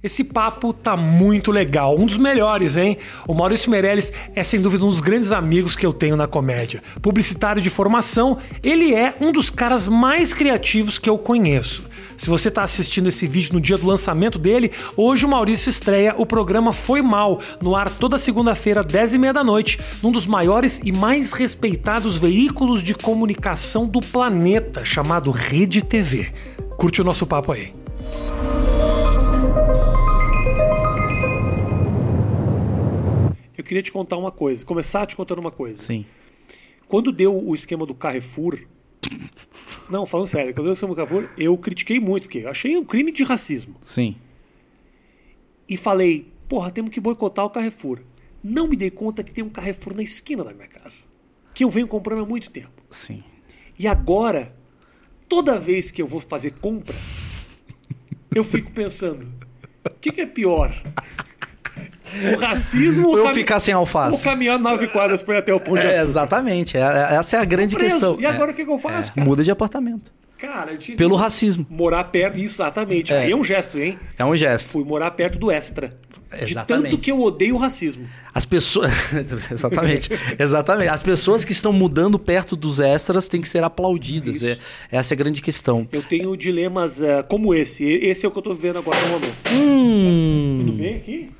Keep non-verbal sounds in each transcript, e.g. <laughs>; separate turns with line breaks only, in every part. Esse papo tá muito legal, um dos melhores, hein? O Maurício Meirelles é sem dúvida um dos grandes amigos que eu tenho na comédia. Publicitário de formação, ele é um dos caras mais criativos que eu conheço. Se você está assistindo esse vídeo no dia do lançamento dele, hoje o Maurício estreia o programa Foi Mal, no ar toda segunda-feira, 10 e meia da noite, num dos maiores e mais respeitados veículos de comunicação do planeta, chamado Rede TV. Curte o nosso papo aí. Eu queria te contar uma coisa, começar te contando uma coisa.
Sim.
Quando deu o esquema do Carrefour. Não, falando sério, quando deu o esquema do Carrefour, eu critiquei muito, porque eu achei um crime de racismo.
Sim.
E falei, porra, temos que boicotar o Carrefour. Não me dei conta que tem um Carrefour na esquina da minha casa. Que eu venho comprando há muito tempo.
Sim.
E agora, toda vez que eu vou fazer compra, eu fico pensando: o que, que é pior? O racismo
Ou eu
cami-
ficar sem
ou
alface.
caminhar nove quadras para ir até o pão de
É,
açúcar?
exatamente. É, é- essa é a grande
preso.
questão.
E agora
É.
o que, que eu faço,
É,
cara?
Muda de apartamento.
Cara, eu tinha que
Pelo racismo.
morar perto, isso, exatamente.
É.
Aí é um gesto, hein?
É um gesto.
Fui morar perto do Extra. De
Exatamente.
tanto que eu odeio o racismo.
As pessoas. <laughs>
<laughs>
exatamente. Exatamente. As pessoas que estão mudando perto dos extras têm que ser aplaudidas. É, essa é a grande questão.
Eu tenho dilemas eh, como esse. E- Esse é o que eu tô vivendo agora no momento.
Hum.
Tudo bem aqui?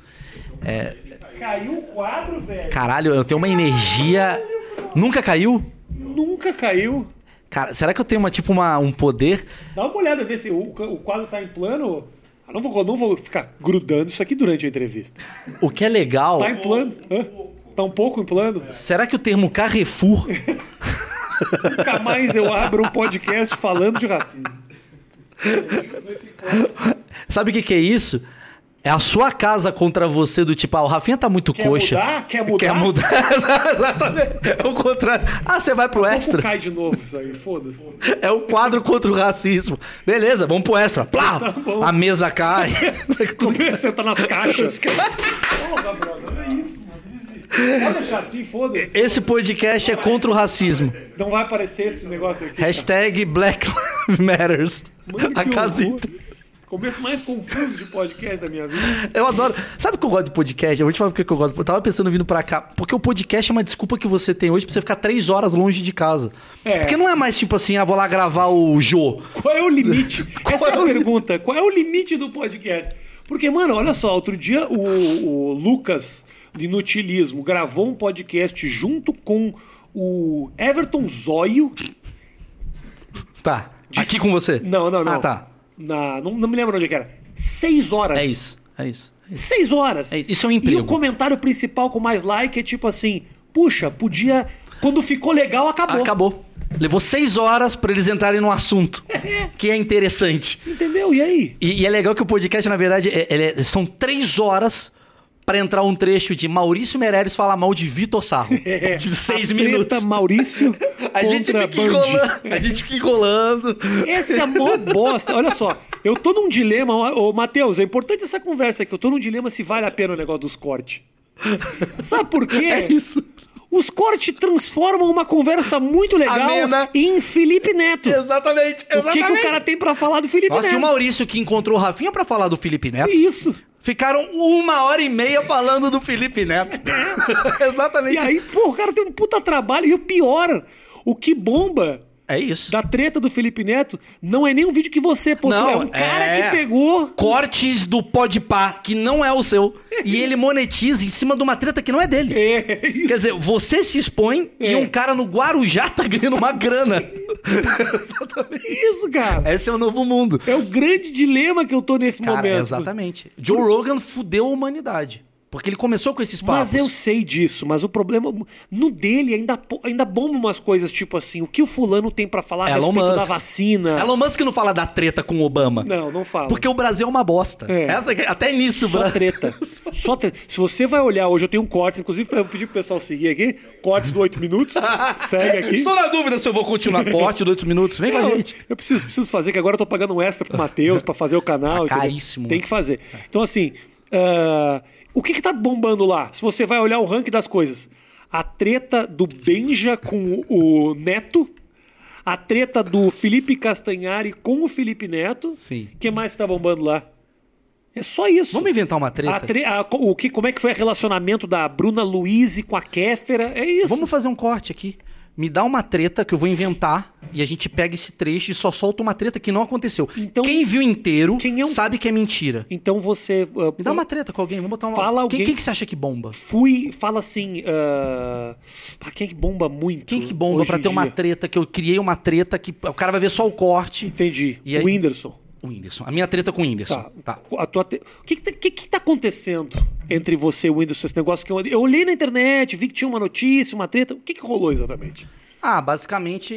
É. Caiu o quadro, velho.
Caralho, eu tenho uma energia. Nunca caiu?
Nunca caiu.
Cara, será que eu tenho uma, tipo, uma, um poder?
Dá uma olhada, vê se o, o quadro tá em plano. Eu não vou, não vou ficar grudando isso aqui durante a entrevista.
O que é legal.
Tá em plano? Hã? Tá um pouco em plano?
Será que o
<laughs>
termo Carrefour
Nunca mais eu abro um podcast falando de racismo.
Sabe o que, que é isso? É a sua casa contra você do tipo, ah, o Rafinha tá muito
Quer
coxa.
mudar? Quer mudar?
Quer mudar? <laughs> Exatamente. É o contrário. Ah, você vai pro
Como
extra?
cai de novo isso aí? Foda-se.
É o quadro contra o racismo. Beleza, vamos pro extra. Plá!
Tá bom.
a
<laughs>
mesa cai.
Você tá nas
<laughs>
caixas. Porra, brother, é isso, mano. Desi- Pode deixar assim, foda-se.
Esse podcast é contra o racismo.
Não vai aparecer esse negócio aqui.
Hashtag Black Lives Matters.
Mano, que
É A
horror.
casita.
Começo mais confuso de podcast da minha vida.
Eu adoro. Sabe o que eu gosto de podcast? Eu vou te falar porque que eu gosto. Eu tava pensando vindo pra cá. Porque o podcast é uma desculpa que você tem hoje pra você ficar três horas longe de casa.
É.
Porque não é mais tipo assim, ah, vou lá gravar o Jô.
Qual é o
<laughs>
limite? Essa é
é
a
o-
pergunta. Qual é o limite do podcast? Porque, mano, olha só, outro dia o, o Lucas de Inutilismo gravou um podcast junto com o Everton Zóio.
Tá. Aqui com você.
Não, não, não.
Ah, tá.
Na- não, não me lembro onde é que era. Seis horas.
É isso. É isso. é isso.
Seis horas.
É isso. Isso é um emprego.
E o comentário principal com mais like é tipo assim: puxa, podia. Quando ficou legal, acabou.
Acabou. Levou seis horas pra eles entrarem
<laughs>
num assunto que é interessante.
Entendeu? E aí?
E, e é legal que o podcast, na verdade, é- ele é- são três horas pra entrar um trecho de Maurício Meirelles falar mal de
<laughs>
Vitor Sarro. De seis
É. A
minutos.
Treta Maurício
<laughs> A gente,
contra
fica
Band. É.
enrolando, a gente fica enrolando.
Essa é a mó bosta. Olha só, eu tô num dilema, ô Matheus, é importante essa conversa aqui. Eu tô num dilema se vale a pena o negócio dos cortes. Sabe por quê?
É isso.
Os cortes transformam uma conversa muito legal
Amena.
em Felipe Neto.
né? Exatamente,
O que, que o cara né? tem pra falar do Felipe
Nossa, e o
Neto?
Maurício que encontrou o Rafinha pra falar do Felipe Neto?
Isso.
Ficaram uma hora e meia falando do Felipe Neto. <laughs> Exatamente.
É. E aí, pô, o cara tem um puta trabalho. E o pior, o que bomba
É isso.
da treta do Felipe Neto não é nem um vídeo que você postou. é um cara
é.
que pegou.
Cortes do Podpah, que não é o seu. e ele monetiza em cima de uma treta que não é dele.
É <laughs> isso.
Quer dizer, você se expõe e
É.
um cara no Guarujá tá ganhando
<laughs>
uma grana.
Isso, cara.
Esse é o novo mundo.
É o grande dilema que eu tô nesse
Cara,
momento.
exatamente. Joe Rogan fudeu a humanidade. Porque ele começou com esses papos.
Mas eu sei disso, mas o problema. No dele ainda, po- ainda bomba umas coisas tipo assim: o que o fulano tem pra falar a
Elon
respeito da
Musk.
vacina?
Elon Musk não fala da treta com o Obama.
Não, não fala.
Porque o Brasil é uma bosta.
É.
Essa que- até nisso,
Só
Brasil. <laughs>
treta. Só treta. Se você vai olhar hoje, eu tenho um cortes, inclusive eu pedi pro pessoal seguir aqui, cortes do 8
<laughs>
minutos. segue aqui.
Estou na dúvida se eu vou continuar corte do 8 minutos. Vem com a
Não,
gente.
Eu preciso, preciso fazer, que agora eu tô pagando um extra pro Matheus pra fazer o canal.
Tá
entendeu?
caríssimo.
Tem que fazer. Então, assim, ah, o que que tá bombando lá? Se você vai olhar o ranking das coisas. A treta do Benja com o Neto. A treta do Felipe Castanhari com o Felipe Neto.
Sim.
O que mais que tá bombando lá? É só isso.
Vamos inventar uma treta?
A tre- a- o que, como é que foi o relacionamento da Bruna Luiz com a Kéfera? É isso.
Vamos fazer um corte aqui. Me dá uma treta que eu vou inventar e a gente pega esse trecho e só solta uma treta que não aconteceu.
Então-
quem viu inteiro
Quem é um-
sabe que é mentira.
Então você. ah,
Me dá uma treta com alguém, vamos botar uma.
Fala
quem,
alguém-
quem que você acha que bomba?
Fui. Fala assim. ah, pá, quem é que bomba muito?
Quem que bomba
hoje
pra
em
ter uma
dia?
treta que eu criei uma treta que o cara vai ver só o corte?
Entendi.
E aí-
O Whindersson.
O Whindersson. A minha treta com o Whindersson.
Tá.
Tá.
A tua te- O que, que, tá- que que tá acontecendo entre você e o Whindersson? Esse negócio que eu, eu olhei na internet, vi que tinha uma notícia, uma treta. O que, que rolou exatamente?
Ah, basicamente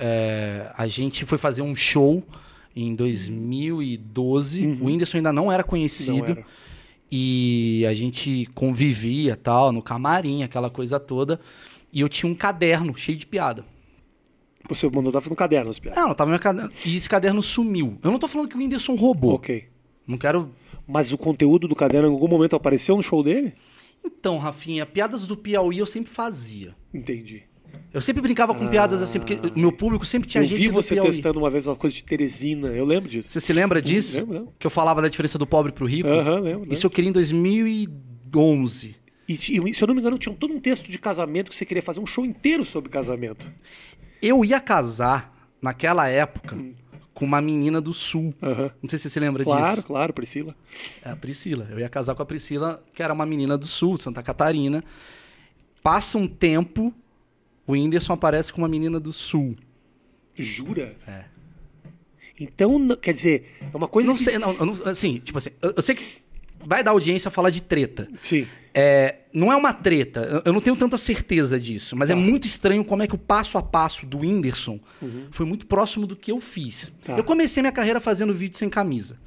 é, a gente foi fazer um show em 2012. O Whindersson ainda não era conhecido.
Uhum. Não era.
E a gente convivia tal, no camarim, aquela coisa toda. E eu tinha um caderno cheio de piada.
Você mandou dar no caderno as piadas.
Ah, não, tava no meu caderno. E esse caderno sumiu. Eu não tô falando que o Whindersson roubou.
Ok.
Não quero
Mas o conteúdo do caderno em algum momento apareceu no show dele?
Então, Rafinha, piadas do Piauí eu sempre fazia.
Entendi.
Eu sempre brincava com piadas assim, porque o meu público sempre tinha
Ah. eu
gente
vi
do
você
Piauí.
testando uma vez uma coisa de Teresina, eu lembro disso.
Você se lembra disso?
Lembro, lembro.
Que eu falava da diferença do pobre pro rico?
Aham, lembro. lembro.
Isso eu queria em 2011.
E, ti- se eu não me engano, tinha todo um texto de casamento que você queria fazer um show inteiro sobre casamento.
Eu ia casar, naquela época, com uma menina do Sul.
Aham.
Não sei se você lembra
Claro,
disso.
claro, Priscila.
É a Priscila. Eu ia casar com a Priscila, que era uma menina do Sul, de Santa Catarina. Passa um tempo, o Whindersson aparece com uma menina do Sul.
Jura? É. Então, n- quer dizer, é uma coisa
não
que...
sei, não, eu não- assim, tipo assim, eu, eu sei que vai dar audiência falar de treta.
Sim.
É, não é uma treta, eu, eu não tenho tanta certeza disso, mas é
Tá.
muito estranho como é que o passo a passo do Whindersson foi muito próximo do que eu fiz.
Uhum. Tá.
Eu comecei minha carreira fazendo vídeo sem camisa.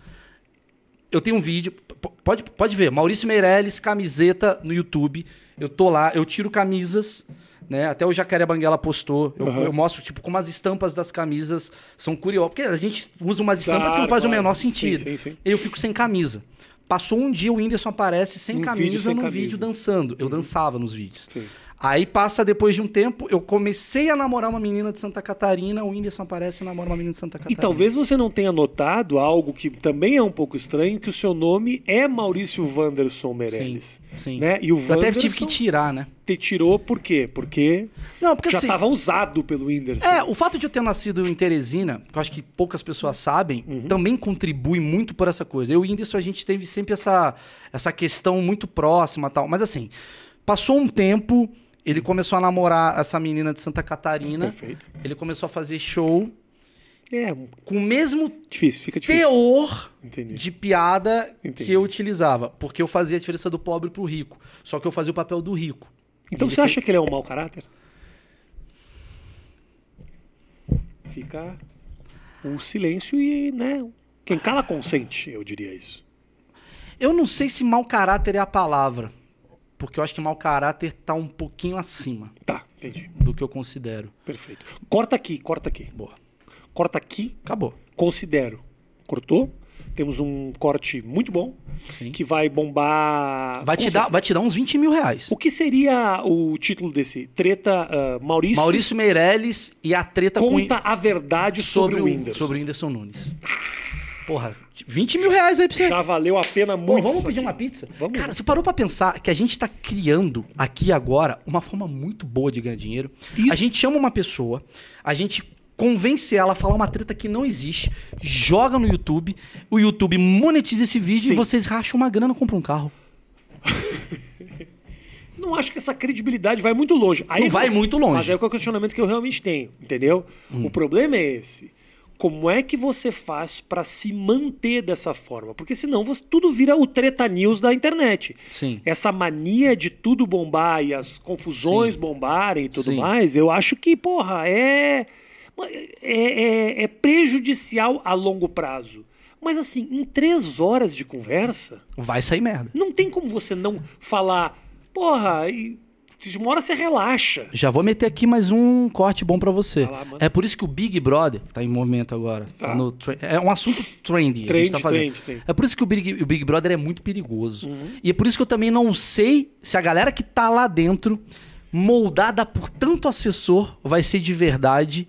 Eu tenho um vídeo, p- pode, pode ver, Maurício Meirelles, camiseta no YouTube. Eu tô lá, eu tiro camisas, né? Até o Jacaré Banguela postou. Eu, eu mostro, tipo, como as estampas das camisas são curiosas. Porque a gente usa umas estampas que não
Claro,
fazem o
claro.
menor
Sim,
sentido.
sim, sim.
Eu fico sem camisa. Passou um dia, o Whindersson aparece sem
Um vídeo
camisa
sem
num
camisa. Uhum.
vídeo dançando. Eu dançava nos vídeos.
Sim.
Aí passa depois de um tempo, eu comecei a namorar uma menina de Santa Catarina, o Whindersson aparece e namora uma menina de Santa
E
Catarina.
talvez você não tenha notado algo que também é um pouco estranho, que o seu nome é Maurício Wanderson Meirelles.
Sim.
Né? E o
eu até tive
Wanderson
que tirar, né?
te tirou por quê? Porque
Não, porque
já
assim.
estava usado pelo Whindersson.
É, o fato de eu ter nascido em Teresina, que eu acho que poucas pessoas sabem,
Uhum.
também contribui muito por essa coisa. Eu e o Whindersson, a gente teve sempre essa, essa questão muito próxima tal. Mas assim, passou um tempo, ele começou a namorar essa menina de Santa Catarina.
Perfeito.
Ele começou a fazer show
É,
com o mesmo
difícil, fica difícil.
teor
Entendi.
de piada
Entendi.
que eu utilizava. Porque eu fazia a diferença do pobre pro rico. Só que eu fazia o papel do rico.
Então
Ele
você
fe-
acha que ele é um mau caráter? Fica o silêncio e, né? Quem cala consente, eu diria isso.
Eu não sei se mau caráter é a palavra. Porque eu acho que mau caráter tá um pouquinho acima
Tá, entendi.
do que eu considero.
Perfeito. Corta aqui, corta aqui.
Boa.
Corta aqui,
Acabou.
considero. Cortou? Temos um corte muito bom
Sim.
que vai bombar.
Vai
com
te, dar, vai te dar uns 20 mil reais.
O que seria o título desse? Treta ah, Maurício,
Maurício Meirelles e a treta com-
conta a verdade sobre,
sobre,
o Windows.
sobre o Whindersson Nunes. Porra, 20 mil reais aí pra você.
Já valeu a pena
Pô,
muito.
vamos
isso
pedir
aqui.
uma pizza?
Vamos.
Cara, você parou pra pensar que a gente tá criando aqui e agora uma forma muito boa de ganhar dinheiro.
Isso.
A gente chama uma pessoa, a gente convence ela a falar uma treta que não existe, joga no YouTube, o YouTube monetiza esse vídeo
Sim.
e vocês racham uma grana e compram um carro.
Não acho que essa credibilidade vai muito longe. Aí
Não vai muito longe. Hum.
Mas é o que é o questionamento que eu realmente tenho, entendeu? O problema é esse. Como é que você faz pra se manter dessa forma? Porque senão você, tudo vira o treta news da internet.
Sim.
Essa mania de tudo bombar e as confusões bombarem e tudo
Sim.
mais, eu acho que, porra, é, é, é- é prejudicial a longo prazo. Mas assim, em três horas de conversa,
Vai sair merda.
não tem como você não falar, porra, e de uma hora você relaxa.
Já vou meter aqui mais um corte bom pra você.
lá, manda.
é por isso que o Big Brother tá em momento agora. tá
Tá.
no tre- é um assunto trendy, a
Trend,
gente tá fazendo.
trend, trend.
É por isso que o Big, o Big Brother é muito perigoso.
Uhum.
E é por isso que eu também não sei se a galera que tá lá dentro, moldada por tanto assessor, vai ser de verdade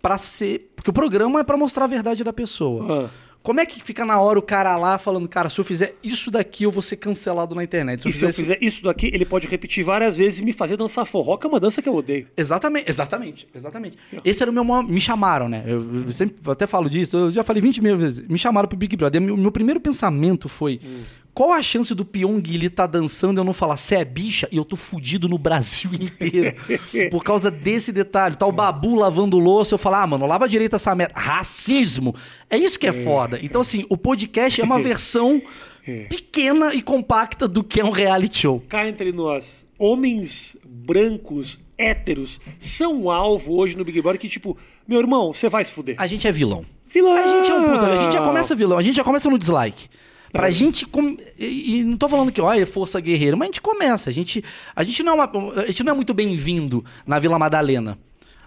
pra ser. Porque o programa é pra mostrar a verdade da pessoa.
Ah.
Como é que fica na hora o cara lá falando, cara, se eu fizer isso daqui, eu vou ser cancelado na internet?
E se eu
isso-
fizer isso daqui, ele pode repetir várias vezes e me fazer dançar forró, que é uma dança que eu odeio.
Exatamente, exatamente, exatamente. Esse era o meu maior. Me chamaram, né? Eu, eu sempre eu até falo disso, eu já falei 20 mil vezes. Me chamaram pro Big Brother. Meu, meu primeiro pensamento foi: qual a chance do Pyong Guilherme tá dançando e eu não falar, você é bicha? E eu tô fudido no Brasil <laughs> inteiro. por causa desse detalhe. Tá o babu lavando louça, eu falar, ah, mano, lava direito essa merda. Racismo! É isso que é foda. Então, assim, o podcast <laughs> é uma versão. Pequena e compacta do que é um reality show.
Cá entre nós, homens brancos, héteros, são um alvo hoje no Big Brother que, tipo, meu irmão, você vai se fuder.
A gente é vilão.
Vilão!
A gente é um puta, a gente já
Ah.
começa vilão, a gente já começa no dislike.
É.
Pra gente. com- E, e não tô falando que, olha, força guerreira, mas a gente começa. A gente, a gente, não, é uma- a gente não é muito bem-vindo na Vila Madalena.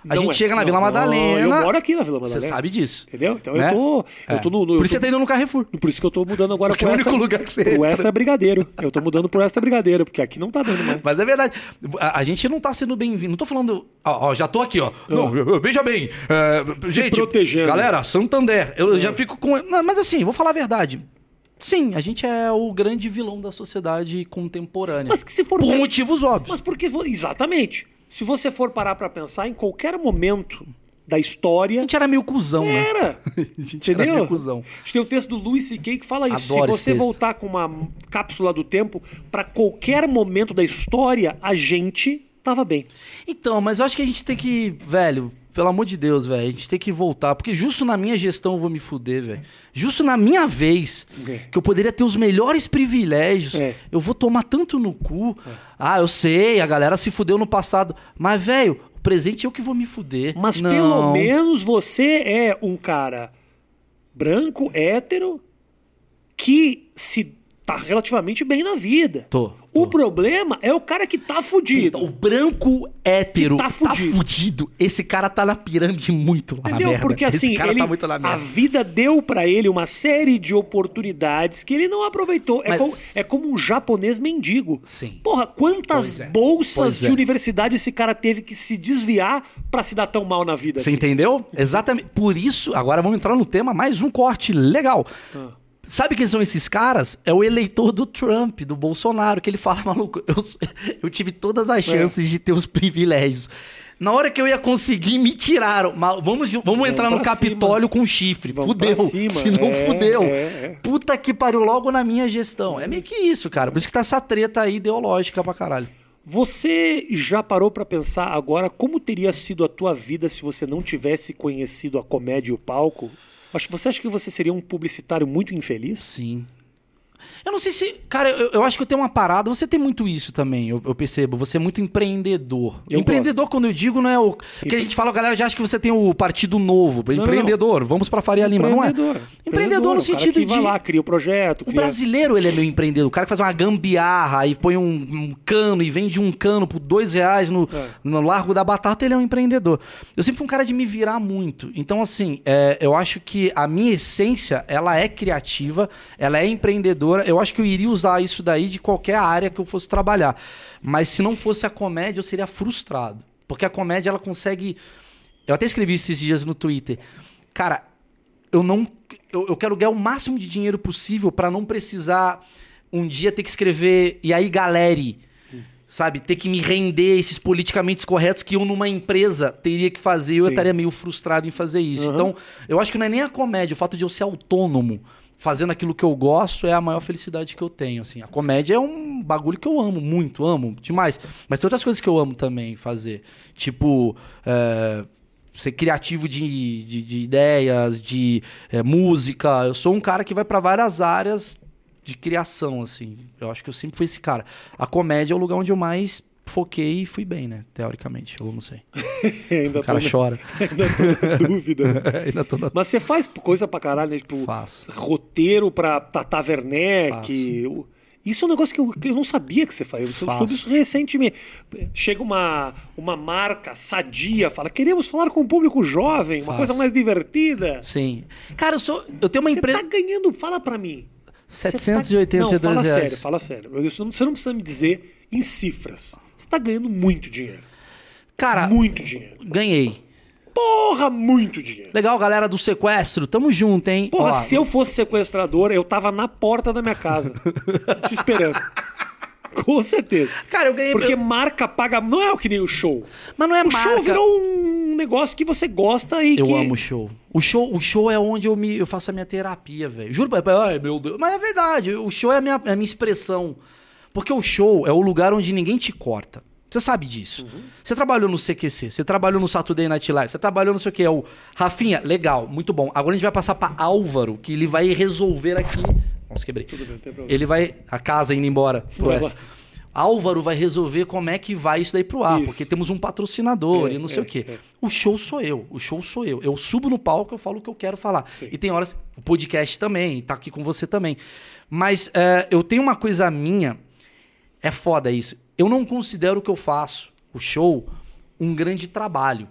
A
Não
gente
é.
chega na
Não,
Vila
não,
Madalena.
eu moro aqui na Vila
Você
Madalena.
sabe disso.
Entendeu? Então
né?
eu tô. Eu tô no.
Por
eu
isso
tô-
você tá indo no Carrefour.
Por isso que eu tô mudando agora
Porque
pro
é o único
extra-
lugar que você
pro
entra.
extra brigadeiro. Eu tô mudando pro extra brigadeiro, porque aqui não tá dando mais.
Mas é verdade. A, a gente não tá sendo bem-vindo. Não tô falando. Ó, ó, já tô aqui, ó. Não, eu- eu- veja bem. é, gente,
Ah. protegendo. Ah.
Galera, Santander. Eu já fico com. Não, mas assim, vou falar a verdade. Sim, a gente é o grande vilão da sociedade contemporânea.
Mas que se for
Por
pe-
motivos óbvios.
Mas porque vo- exatamente. Se você for parar pra pensar em qualquer momento da
A
história,
gente era meio cusão, né?
era.
<laughs> A gente era
É. Entendeu?
meio cuzão.
A gente tem o texto do Louis C.K. que fala isso.
Adoro
Se
esse
você
texto.
voltar com uma cápsula do tempo pra qualquer momento da história, a gente tava bem.
Então, mas eu acho que a gente tem que, velho, pelo amor de Deus, velho, a gente tem que voltar, porque justo na minha gestão eu vou me fuder, velho. Justo na minha vez,
É.
que eu poderia ter os melhores privilégios,
É.
eu vou tomar tanto no cu. Ah, eu sei, a galera se fudeu no passado, mas, velho, o presente é eu que vou me fuder.
Mas
Não.
pelo menos você é um cara branco, hétero, que se tá relativamente bem na vida.
Tô,
O
tô.
problema é o cara que tá fudido.
O branco hétero
Que
tá
tá
fudido.
fudido.
Esse cara tá na pirâmide muito lá Tá na
Entendeu?
merda.
Porque
Esse
assim,
cara
ele,
tá muito na merda.
a vida deu pra ele uma série de oportunidades que ele não aproveitou. É,
Mas-
como, é como um japonês mendigo.
Sim.
Porra, quantas
Pois é.
bolsas
Pois
de
é.
universidade esse cara teve que se desviar pra se dar tão mal na vida?
Você
assim?
entendeu? Exatamente. Por isso, agora vamos entrar no tema, mais um corte legal.
Ah.
Sabe quem são esses caras? É o eleitor do Trump, do Bolsonaro, que ele fala, maluco, eu, <laughs> eu tive todas
É.
as chances de ter os privilégios. Na hora que eu ia conseguir, me tiraram. Mas vamos, vamos, entrar no
pra cima.
Capitólio com chifre.
Vamos pra
fudeu.
cima.
<laughs> Se não
É,
fudeu.
é, é.
Puta que pariu logo na minha gestão. É meio que isso, cara. Por isso que tá essa treta aí ideológica pra caralho.
Você já parou pra pensar agora como teria sido a tua vida se você não tivesse conhecido a comédia e o palco? Acho- Você acha que você seria um publicitário muito infeliz?
Sim. Eu não sei se. Cara, eu, eu acho que eu tenho uma parada. Você tem muito isso também, eu, eu percebo. Você é muito empreendedor.
Eu
empreendedor, quando eu digo, não é o. Porque a gente fala, a galera já acha que você tem o partido novo. empreendedor, vamos pra Faria Lima, não é? Empreendedor, no
o cara
sentido
que
de.
vai lá, cria o projeto,
O
cria...
brasileiro, ele é meu empreendedor. O cara que faz uma gambiarra e põe um, um cano e vende um cano por dois reais no, no Largo da Batata, ele é um empreendedor. Eu sempre fui um cara de me virar muito. Então, assim, é, eu acho que a minha essência, ela é criativa, ela é empreendedora. Eu acho que eu iria usar isso daí de qualquer área que eu fosse trabalhar. Mas se não fosse a comédia, eu seria frustrado. Porque a comédia, ela consegue... Eu até escrevi isso esses dias no Twitter. Cara, eu não. Eu, eu quero ganhar o máximo de dinheiro possível pra não precisar um dia ter que escrever. E aí, galere. Sabe? Ter que me render a esses politicamente corretos que eu, numa empresa, teria que fazer. E eu
Sim.
estaria é meio frustrado em fazer isso.
Uhum.
Então, eu acho que não é nem a comédia. O fato de eu ser autônomo, fazendo aquilo que eu gosto, é a maior felicidade que eu tenho. Assim, a comédia é um bagulho que eu amo muito, amo demais. Mas tem outras coisas que eu amo também fazer. Tipo. é, ser criativo de, de, de ideias, de é, música. Eu sou um cara que vai pra várias áreas de criação, assim. Eu acho que eu sempre fui esse cara. A comédia é o lugar onde eu mais foquei e fui bem, né? Teoricamente, eu não sei.
<laughs> Ainda
O cara
tô- <laughs>
chora.
Ainda tô
<laughs>
na dúvida.
Ainda tô na...
Mas você faz coisa pra caralho, né? Tipo,
Faço.
roteiro pra Tata
Faço.
Werneck. Eu- Isso é um negócio que eu, que eu não sabia que você faz. Eu sou-
Faço.
soube isso recentemente. Chega uma, uma marca sadia, fala: queremos falar com o público jovem, uma
Faço.
coisa mais divertida.
Sim. Cara, eu sou. Eu tenho uma
Você
empresa.
tá ganhando, fala pra mim. Você tá-
782
Não, fala
reais.
sério, fala sério. Eu- isso não- você não precisa me dizer em cifras. Você tá ganhando muito dinheiro.
Cara,
Muito dinheiro.
ganhei.
porra, muito dinheiro.
Legal, galera do sequestro. Tamo junto, hein?
Porra,
Ó,
se eu fosse sequestrador, eu tava na porta da minha
<laughs>
casa, te esperando. Com certeza.
Cara, eu ganhei.
Porque
eu-
marca paga. Não é o que nem o show.
Mas não é
O show
marca.
virou um negócio que você gosta e
Eu
que.
amo o show. O show, o show é onde eu, me, eu faço a minha terapia, velho. Juro, pra- ai meu Deus. Mas é verdade, o show é a minha, é a minha expressão. Porque o show é o lugar onde ninguém te corta. Você sabe disso.
Uhum.
Você trabalhou no CQC, você trabalhou no Saturday Night Live, você trabalhou no sei o que. É o Rafinha, legal, muito bom. Agora a gente vai passar pra Álvaro, que ele vai resolver aqui. Nossa, quebrei.
bem, não tem problema.
Ele vai. A casa indo embora pro
Vai
S.
lá.
Álvaro vai resolver como é que vai isso daí pro ar,
Isso.
porque temos um patrocinador
É,
e não sei
é,
o quê.
é.
O show sou eu, o show sou eu. Eu subo no palco, eu falo o que eu quero falar.
Sim.
E tem horas, o podcast também, tá aqui com você também. Mas é, eu tenho uma coisa minha, é foda isso. Eu não considero o que eu faço, o show, um grande trabalho.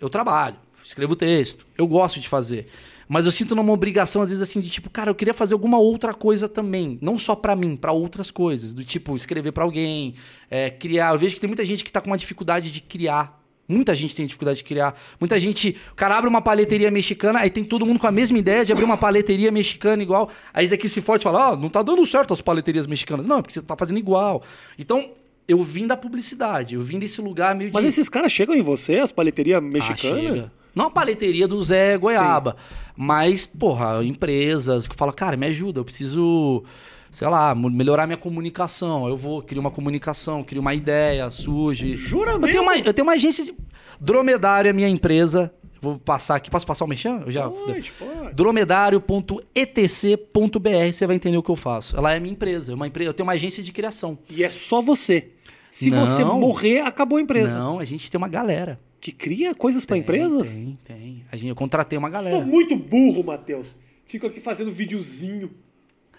Eu trabalho, escrevo texto, eu gosto de fazer. Mas eu sinto numa obrigação, às vezes, assim, de tipo, cara, eu queria fazer alguma outra coisa também. Não só pra mim, pra outras coisas. Do tipo, escrever pra alguém, é, criar. Eu vejo que tem muita gente que tá com uma dificuldade de criar Muita gente tem dificuldade de criar. Muita gente. O cara abre uma paleteria mexicana, aí tem todo mundo com a mesma ideia de abrir uma paleteria mexicana igual. Aí daqui se forte fala: Ó, não tá dando certo as paleterias mexicanas. Não, é porque você tá fazendo igual. Então, eu vim da publicidade, eu vim desse lugar meio
Mas
de.
esses caras chegam em você, as paleterias
Ah,
mexicanas?
chega. Não a paleteria do Zé Goiaba, mas, porra, empresas que falam, cara, me ajuda, eu preciso, sei lá, mu- melhorar minha comunicação. Eu vou, crio uma comunicação, crio uma ideia, surge.
Jura
eu tenho
mesmo?
uma, Eu tenho uma agência de. Dromedário é minha empresa. Vou passar aqui. Posso passar o mexão? Eu já.
Pode, pode.
Dromedário.etc.br, você vai entender o que eu faço. Ela é minha empresa. é uma empresa eu tenho uma agência de criação.
E é só você. Se
Não.
você morrer, acabou a empresa.
Não, a gente tem uma galera.
Que cria coisas pra empresas?
Tem, tem. A gente, eu contratei uma galera.
Sou muito burro, Matheus. Fico aqui fazendo videozinho.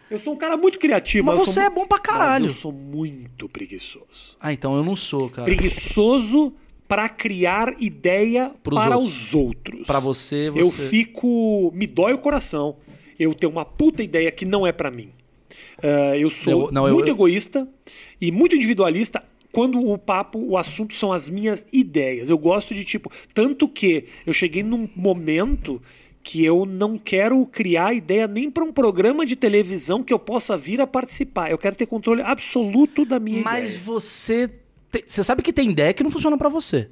Eu sou um cara muito criativo.
Mas
eu
você
sou
é
mu-
bom pra caralho.
Mas eu sou muito preguiçoso.
Ah, então eu não sou, cara.
Preguiçoso pra criar ideia
Pros
para
outros.
os outros.
Pra você, você-
Eu fico... Me dói o coração. Eu tenho uma puta ideia que não é pra mim. Ah, eu sou
Eu- não, eu-
muito
eu-
egoísta e muito individualista quando o papo, o assunto são as minhas ideias. Eu gosto de tipo, tanto que eu cheguei num momento que eu não quero criar ideia nem para um programa de televisão que eu possa vir a participar. Eu quero ter controle absoluto da minha
Mas
ideia.
você. te- Você sabe que tem ideia que não funciona pra você.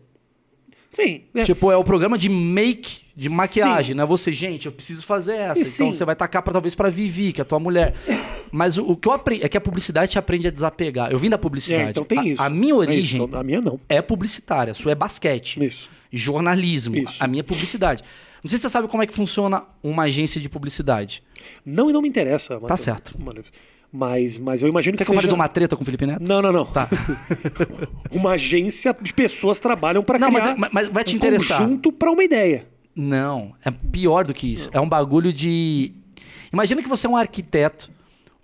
Sim, né?
Tipo, é o programa de make, de
Sim.
maquiagem, né? Você, gente, eu preciso fazer essa.
E
então
sim.
você vai tacar pra, talvez pra Vivi, que é a tua mulher. Mas o, o que eu aprendi é que a publicidade te aprende a desapegar. Eu vim da publicidade.
É, então tem
A-
isso.
A, minha
É isso,
origem
então, a minha não.
é publicitária, a sua é basquete.
Isso.
Jornalismo.
Isso.
A minha é publicidade. Não sei se você sabe como é que funciona uma agência de publicidade.
Não e não me interessa. Matheus.
Tá certo.
Mano, Mas, mas eu imagino
Quer
que
que eu fale
seja...
de uma treta com o Felipe Neto?
Não, não, não. uma agência de pessoas trabalham para
Não, mas- é,
criar
mas- mas vai te
um
interessar.
conjunto para uma ideia.
<laughs> Não, é pior do que isso. É um bagulho de. Imagina que você é um arquiteto,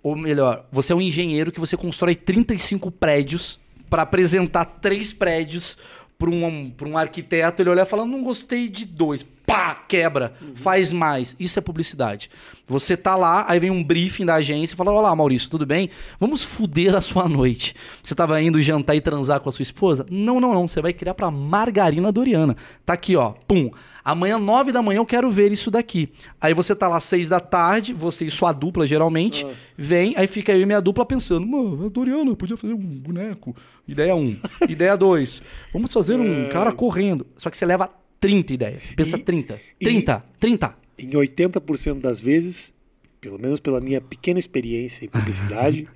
ou melhor, você é um engenheiro que você constrói 35 prédios pra apresentar três prédios pra um, pra um arquiteto. Ele olhar e falar: não gostei de dois. Pá, quebra, faz mais. Isso é publicidade. Você tá lá, aí vem um briefing da agência e fala: Olá, Maurício, tudo bem? Vamos fuder a sua noite. Você tava indo jantar e transar com a sua esposa? Não, não, não. Você vai criar pra Margarina Doriana. Tá aqui, ó. Pum. Amanhã, nove da manhã, eu quero ver isso daqui. Aí você tá lá às seis da tarde, você e sua dupla, geralmente,
Ah.
vem, aí fica eu e minha dupla pensando, mano, a Doriana podia fazer um boneco. Ideia
<laughs>
um, ideia dois. Vamos fazer um cara correndo. Só que você leva 30 ideias. Pensa
É. E-
30.
e-
30, 30.
Em 80% das vezes, pelo menos pela minha pequena experiência em
<laughs>
publicidade,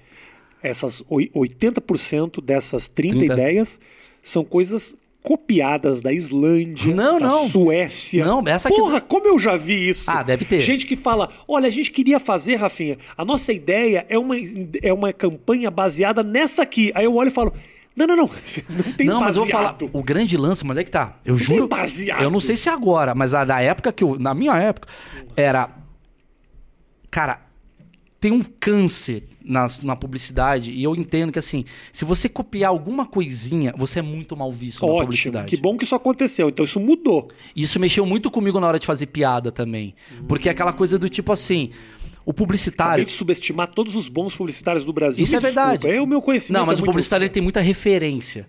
essas oi- 80% dessas 30,
30.
ideias são coisas copiadas da Islândia,
Não,
da
não.
Suécia.
Não, essa aqui-
Porra, como eu já vi isso.
Ah, deve ter.
Gente que fala, olha, a gente queria fazer, Rafinha, a nossa ideia é uma, é uma campanha baseada nessa aqui. Aí eu olho e falo, não, não, <laughs> não, não tem baseado.
não, mas eu vou falar. O grande lance, mas é que tá. Eu juro.
baseado.
Eu não sei se é agora, mas a da época que eu. Na minha época, era. Cara, tem um câncer nas- na, publicidade. E eu entendo que, assim, se você copiar alguma coisinha, você é muito mal visto na
Ótimo,
publicidade.
que bom que isso aconteceu. Então isso mudou.
Isso mexeu muito comigo na hora de fazer piada também. Porque é aquela coisa do tipo assim. O publicitário.
Acabei de subestimar todos os bons publicitários do Brasil.
Isso
Me
é verdade.
desculpa, É o meu conhecimento.
Não, mas
é
o
muito-
publicitário ele tem muita referência.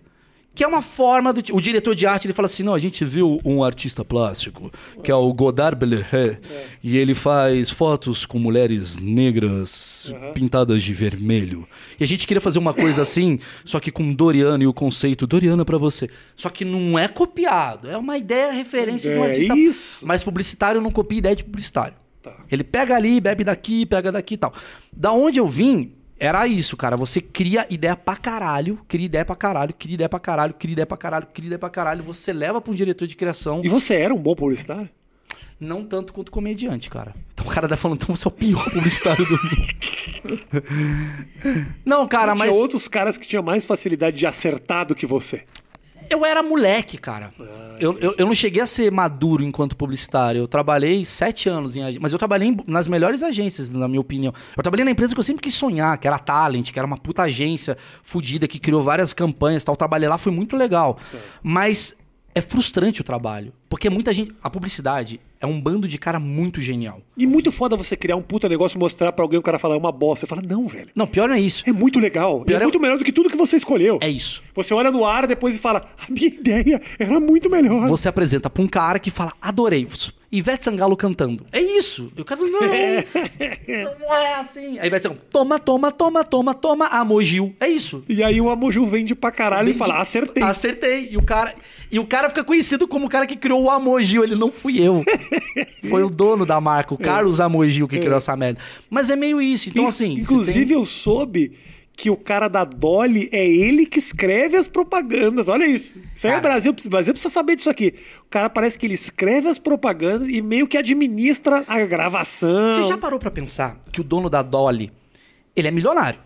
Que é uma forma do. ti- O diretor de arte ele fala assim: não, a gente viu um artista plástico, que é o Godard
É.
Belleré, e ele faz fotos com mulheres negras pintadas de vermelho. E a gente queria fazer uma coisa assim, só que com Doriana e o conceito Doriana pra você. Só que não é copiado, é uma ideia referência de um
É
artista.
isso.
Mas publicitário não copia ideia de publicitário.
Tá.
Ele pega ali, bebe daqui, pega daqui e tal. Da onde eu vim, era isso, cara. Você cria ideia pra caralho, cria ideia pra caralho, cria ideia pra caralho, cria ideia pra caralho, cria ideia pra caralho. Você leva pra um diretor de criação,
E você era um bom publicitário?
não tanto quanto comediante, cara. Então o cara tá falando, então você é o pior publicitário do mundo.
<laughs>
não, cara, mas
Tinha outros caras que tinham mais facilidade de acertar do que você.
eu era moleque, cara. Eu, eu, eu não cheguei a ser maduro enquanto publicitário. Eu trabalhei sete anos em agência. Mas eu trabalhei em- nas melhores agências, na minha opinião. Eu trabalhei na empresa que eu sempre quis sonhar, que era a Talent, que era uma puta agência fodida, que criou várias campanhas e tal. Eu trabalhei lá, foi muito legal. Mas é frustrante o trabalho. Porque muita gente. A publicidade é um bando de cara muito genial.
E muito foda você criar um puta negócio e mostrar pra alguém o cara falar "É uma bosta. Você fala, não, velho.
Não, pior não é isso.
É muito legal. E
Pior
é
é-
muito melhor do que tudo que você escolheu.
É isso.
Você olha no ar depois e fala, a minha <laughs> ideia era muito melhor.
Você apresenta pra um cara que fala, adorei. Ivete Sangalo cantando. É isso. Eu
<laughs>
quero. Não, não é assim. Aí vai ser um toma, toma, toma, toma, toma, amogil. É isso.
E aí o Amoju vende pra caralho e
Vende-
fala, acertei.
Acertei. E o cara, e o cara fica conhecido como o cara que criou o Amogil. Ele não
<laughs>
fui eu. Foi o dono da marca, o
É.
Carlos Amogil, que criou essa merda. Mas é meio isso. Então,
In-
assim. você
Inclusive,
tem-
eu soube que o cara da Dolly é ele que escreve as propagandas. Olha isso. Isso aí é
Cara.
Brasil. O Brasil precisa saber disso aqui. O cara parece que ele escreve as propagandas e meio que administra a gravação.
Você já parou pra pensar que o dono da Dolly, ele é milionário.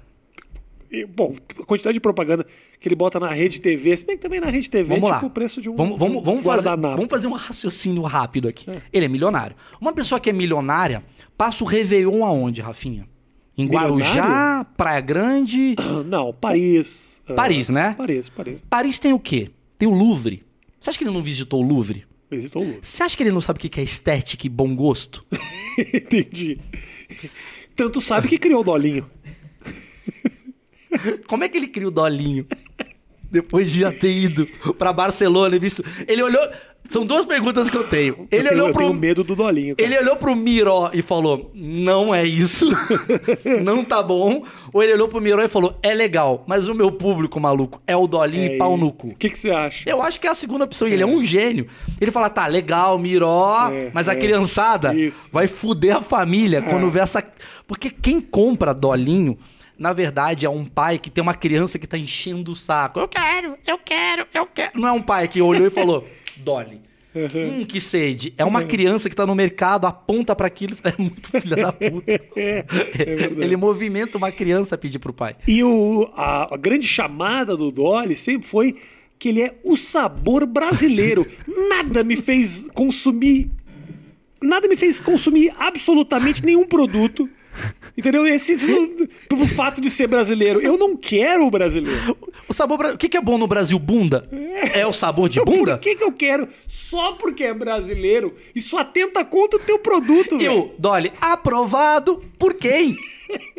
E, bom, a quantidade de propaganda que ele bota na rede TV, se bem que também na rede TV
Vamos
é
lá.
tipo o preço de um,
vamos,
de um
vamos, vamos fazer,
guardanapo.
vamos fazer um raciocínio rápido aqui. Ele é milionário. Uma pessoa que é milionária passa o Réveillon aonde, Rafinha? Em Guarujá,
Milionário?
Praia Grande.
Não, Paris. ah,
Paris, né?
Paris, Paris.
Paris tem o quê? Tem o Louvre. Você acha que ele não visitou o Louvre?
Visitou o Lula. <laughs>
Você acha que ele não sabe o que que é estética e bom gosto?
Entendi. Tanto sabe que criou o Dolinho.
Como é que ele cria o dolinho? <laughs> Depois de já ter ido pra Barcelona e visto. Ele olhou. São duas perguntas que eu tenho.
eu
Ele
tenho,
olhou
eu
pro.
tenho medo do Dolinho. cara.
Ele olhou pro Miró e falou: Não é isso. não tá bom. Ou ele olhou pro Miró e falou: É legal, mas o meu público, maluco, é o dolinho e pau no cu.
O que, que você acha? <laughs>
Eu acho que é a segunda opção. E ele é um gênio. Ele fala: Tá, legal, Miró,
É,
mas a
é.
criançada
Isso. É.
vai fuder a família quando vê essa. Porque quem compra dolinho. Na verdade, é um pai que tem uma criança que tá enchendo o saco. Eu quero, eu quero, eu quero. Não é um pai que olhou
<laughs>
e falou, Dolly.
Uhum.
Hum, que sede. É uma criança que tá no mercado, aponta pra aquilo e fala, é muito filha da puta.
<laughs> É,
Ele movimenta uma criança a pedir pro pai.
E o- a, a grande chamada do Dolly sempre foi que ele é o sabor
<laughs>
brasileiro. Nada me fez consumir. Nada me fez consumir absolutamente nenhum produto. Entendeu? Esse pelo fato de ser brasileiro. Eu não quero o brasileiro.
O sabor. bra- O que que é bom no
<laughs>
Brasil? Bunda? É o sabor de <laughs> bunda?
Por que, que eu quero? Só porque é brasileiro e só atenta contra o teu produto,
E
velho.
o Dolly, aprovado por quem?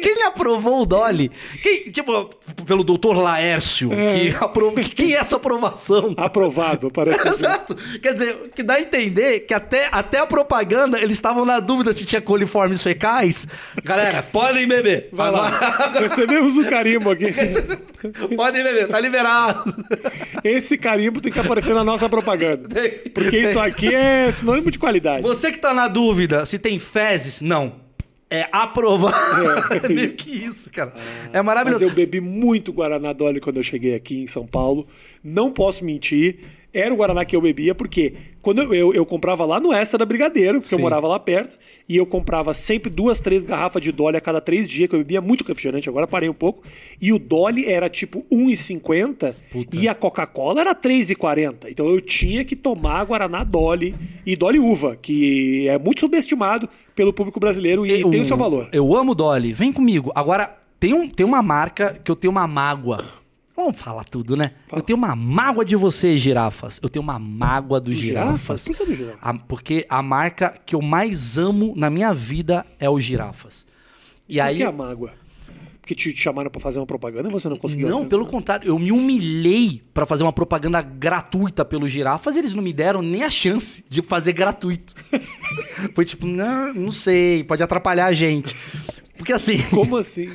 Quem aprovou o Dolly? Quem, tipo, pelo doutor Laércio, que aprovou. Quem é essa aprovação?
Aprovado, parece. assim.
<laughs> Exato. Quer dizer, que dá a entender que até, até a propaganda eles estavam na dúvida se tinha coliformes fecais. Galera, <laughs> podem beber.
Vai lá. Recebemos o carimbo aqui.
<laughs> Podem beber, tá liberado.
Esse carimbo tem que aparecer na nossa propaganda.
Tem.
Porque isso aqui é sinônimo de qualidade.
Você que tá na dúvida se tem fezes, não. É aprovar. <laughs> É, meio que isso, cara. É
Mas
maravilhoso.
eu bebi muito Guaraná Dolly quando eu cheguei aqui em São Paulo. Não posso mentir. Era o Guaraná que eu bebia, porque quando eu, eu, eu comprava lá no Essa da Brigadeiro, porque eu
Sim.
morava lá perto, e eu comprava sempre duas, três garrafas de Dolly a cada três dias, que eu bebia muito refrigerante, agora parei um pouco. E o Dolly era tipo 1,50 e a Coca-Cola era 3,40. Então eu tinha que tomar Guaraná Dolly e Dolly Uva, que é muito subestimado pelo público brasileiro
É
e
um
tem o seu valor.
Eu amo Dolly. Vem comigo. Agora, tem, um, tem uma marca que eu tenho uma mágoa. Vamos falar tudo, né? Eu tenho uma mágoa de você, girafas. Eu tenho uma mágoa dos
girafas?
girafas.
Por que é do girafas?
A- porque a marca que eu mais amo na minha vida é o girafas. E
O
aí,
que é a mágoa? porque te chamaram pra fazer uma propaganda e você não conseguiu
Não,
essa-
pelo contrário, eu me humilhei pra fazer uma propaganda gratuita pelo Girafas e eles não me deram nem a chance de fazer gratuito. <laughs> Foi tipo, não, não sei, pode atrapalhar a gente. Porque assim, o
Como
<laughs>
assim?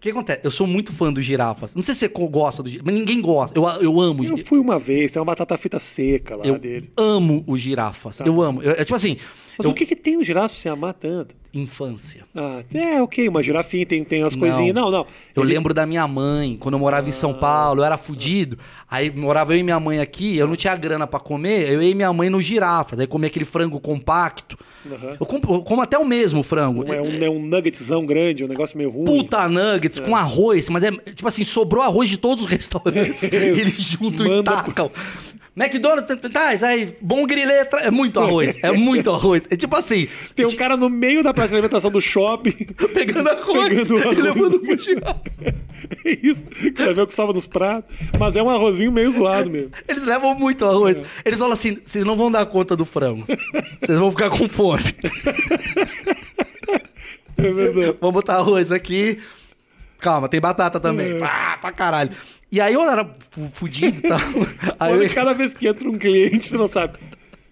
que acontece? Eu sou muito fã dos Girafas. Não sei se você co- gosta do Girafas, mas ninguém gosta. Eu, eu amo.
Eu fui uma vez, tem uma batata frita seca lá
eu
dele. Tá.
amo os Girafas. Eu amo. Eu- é tipo assim,
Mas
eu-
o que, que tem no girafa pra você amar tanto?
infância.
Ah, é, ok, uma girafinha tem, tem as coisinhas. Não, não.
Eu
Ele- Ah.
lembro da minha mãe, quando eu morava em São Paulo, eu era fudido. Aí morava eu e minha mãe aqui, eu não tinha grana pra comer, eu e minha mãe no girafas. Aí comia aquele frango compacto.
Aham.
Eu, compro- eu como até o mesmo frango.
É um, é um nuggetsão grande, um negócio meio ruim.
Puta nuggets com arroz, mas é tipo assim, sobrou arroz de todos os <laughs> restaurantes. Eles juntam
Manda-
e tacam. McDonald's, tanto faz, aí, bom grileta, é muito arroz, é muito arroz. É tipo assim,
Tem um cara no meio da praça de alimentação do shopping. <laughs>
pegando arroz
Pegando arroz.
<laughs> e levando pro girafa.
É isso. Quer ver o que salva nos pratos. Mas é um arrozinho meio zoado mesmo.
Eles levam muito
É.
arroz. Eles falam assim: vocês não vão dar conta do frango. Vocês vão ficar com fome. <laughs>
É verdade.
Vamos botar arroz aqui. Calma, tem batata
É.
também. Ah, pra caralho. E aí eu era fu- fudido e tal. Aí
Olha,
eu...
cada vez que entra um cliente, você não sabe.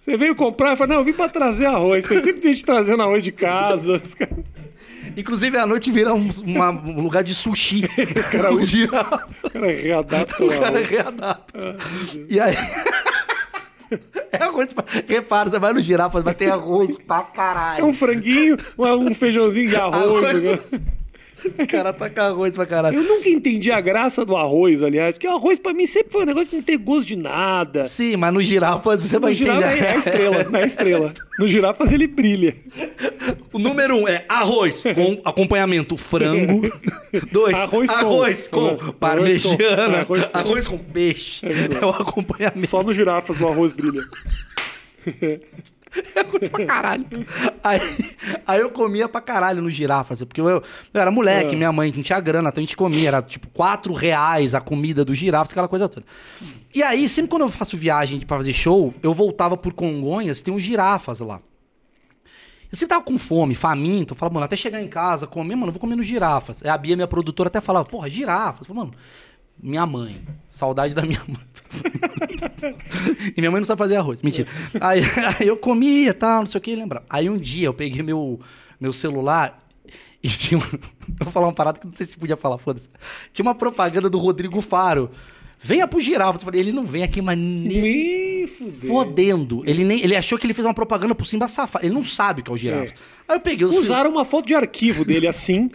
Você veio comprar e fala, não, eu vim pra trazer arroz. Tem sempre gente trazendo arroz de casa. Os caras-
Inclusive, à noite vira um, uma- um lugar de
<laughs>
sushi.
cara
o
usa-
girafas.
O cara readapta o
O cara
arroz.
readapta.
Ah,
E aí. <laughs> É arroz pra... Repara, você vai no girafas, vai ter arroz pra caralho.
É um franguinho, um feijãozinho de arroz.
Arroz.
né?
<laughs> O cara tá com arroz pra caralho.
Eu nunca entendi a graça do arroz, aliás, porque o arroz pra mim sempre foi um negócio que não tem gosto de nada.
Sim, mas no girafas você vai né?
No girafa
entender.
é a estrela, na estrela. No girafas ele brilha.
<laughs> O número um é arroz com
<laughs>
acompanhamento frango. Dois,
Arroz
arroz,
com-
com,
Arroz com-
parmegiana.
arroz
Arroz
com-
com, peixe.
verdade.
É o acompanhamento.
Só no girafas o arroz brilha.
<laughs> É coisa pra caralho. Aí, aí eu comia pra caralho no girafas, porque eu, eu era moleque, minha mãe não tinha grana, então a gente comia, era tipo 4 reais a comida do girafas, aquela coisa toda. E aí, sempre quando eu faço viagem pra fazer show, eu voltava por Congonhas, tem uns girafas lá. Eu sempre tava com fome, faminto. Eu falava, mano, até chegar em casa, comer, mano, eu vou comer no girafas. Aí a Bia, minha produtora, até falava, porra, girafas. Eu falava, mano, minha mãe. Saudade da minha mãe. <laughs> e minha mãe não sabe fazer arroz. Mentira. Aí, <laughs> aí eu comia e tal, não sei o que, lembrava. Aí um dia eu peguei meu, meu celular e <laughs> tinha. um- eu vou falar uma parada que não sei se podia falar, foda-se. Tinha uma propaganda do Rodrigo Faro. Venha pro girafas. Eu falei, ele não vem aqui, mas nem
Me fudeu.
fodendo. Ele, nem, ele achou que ele fez uma propaganda pro Simba Safari. Ele não sabe o que é o girafa.
É.
Aí eu peguei o celular.
Usaram uma foto de arquivo dele assim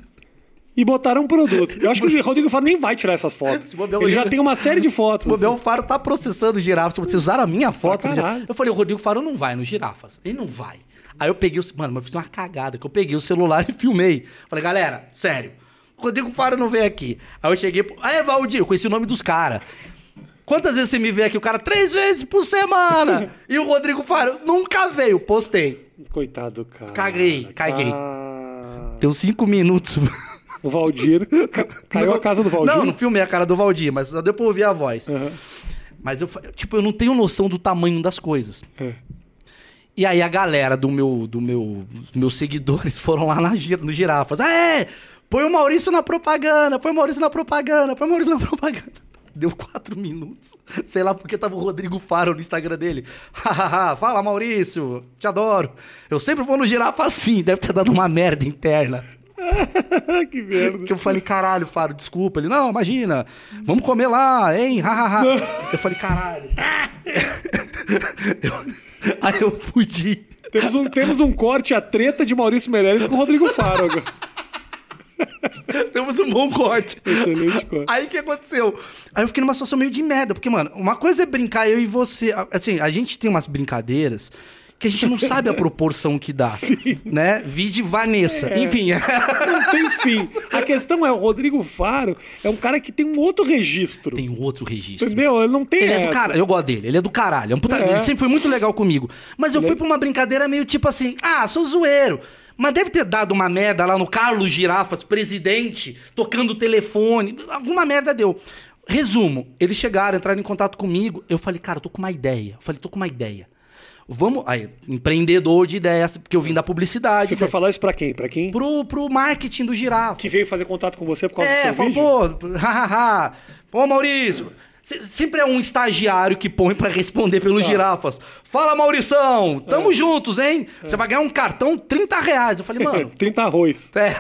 e botaram um produto. Eu acho que o Rodrigo Faro nem vai tirar essas fotos.
Se bobear, o
Ele já
Rodrigo-
tem uma série de fotos.
O Bel
assim.
Faro tá processando girafas. Tipo, vocês usaram a minha foto.
Pra
no
caralho.
girafas. eu falei, o Rodrigo Faro não vai nos girafas. Ele não vai. Aí eu peguei o. ce- Mano, mas eu fiz uma cagada, que eu peguei o celular <laughs> e filmei. Falei, galera, sério. O Rodrigo Faro não veio aqui. Aí eu cheguei. pro- Aí, Valdir, eu conheci o nome dos caras. Quantas vezes você me vê aqui? O cara, três vezes
<laughs>
por semana. e o Rodrigo Faro nunca veio. Postei.
assim. Coitado, cara.
Caguei, caguei.
Ah,
Deu cinco minutos. <laughs>
o Valdir. ca- Caiu a casa do Valdir.
Não, não filmei a cara do Valdir, mas só deu pra ouvir a voz.
Aham.
Mas eu, fa- tipo, eu não tenho noção do tamanho das coisas.
É. <laughs>
E aí a galera do meu, do meu, dos meus seguidores <laughs> foram lá na, gi- no Girafas. Ah, é! Põe o Maurício na propaganda, põe o Maurício na propaganda, põe o Maurício na <laughs> propaganda. Deu quatro minutos. <laughs> Sei lá porque tava o Rodrigo Faro no Instagram dele. <laughs> Hahaha, fala Maurício, te adoro. Eu sempre vou no Girafa assim, deve ter dado uma merda interna.
que merda.
Que eu falei, caralho, Faro, desculpa. Ele, não, imagina, vamos comer lá, hein? Ha, ha, ha. Eu falei, caralho. Eu- aí eu fudi.
Temos um, temos um corte a treta de Maurício Meirelles com o Rodrigo Faro agora.
Temos um bom corte.
Excelente corte.
Aí o que aconteceu? Aí eu fiquei numa situação meio de merda, porque, mano, uma coisa é brincar eu e você. a- Assim, a gente tem umas brincadeiras que a gente não sabe a proporção que dá.
Sim.
Né? Vide Vanessa. Enfim, <laughs>
Não tem fim. A questão é, o Rodrigo Faro é um cara que tem um outro registro.
tem outro registro.
Entendeu? Ele não tem
Ele
essa.
é do cara, eu gosto dele, ele é do caralho. é um puta-
É.
Ele sempre foi muito legal comigo. Mas eu fui pra uma brincadeira meio tipo assim: ah, sou zoeiro. Mas deve ter dado uma merda lá no Carlos Girafas, presidente, tocando o telefone. Alguma merda deu. Resumo: eles chegaram, entraram em contato comigo. Eu falei, cara, eu tô com uma ideia. Eu falei, tô com uma ideia. Vamos. Aí, empreendedor de ideias, porque eu vim da publicidade.
Você foi
né?
falar isso pra quem? Pra quem?
pro, pro marketing do girafa.
Que veio fazer contato com você por causa do
É,
seu
falou,
vídeo?
pô, <laughs> hahaha. Pô, Maurício. se- Sempre é um estagiário que põe pra responder pelos girafas. Fala, Maurição! Tamo juntos, hein? Você vai ganhar um cartão 30 reais. Eu
<laughs>
falei, mano,
30 arroz.
é.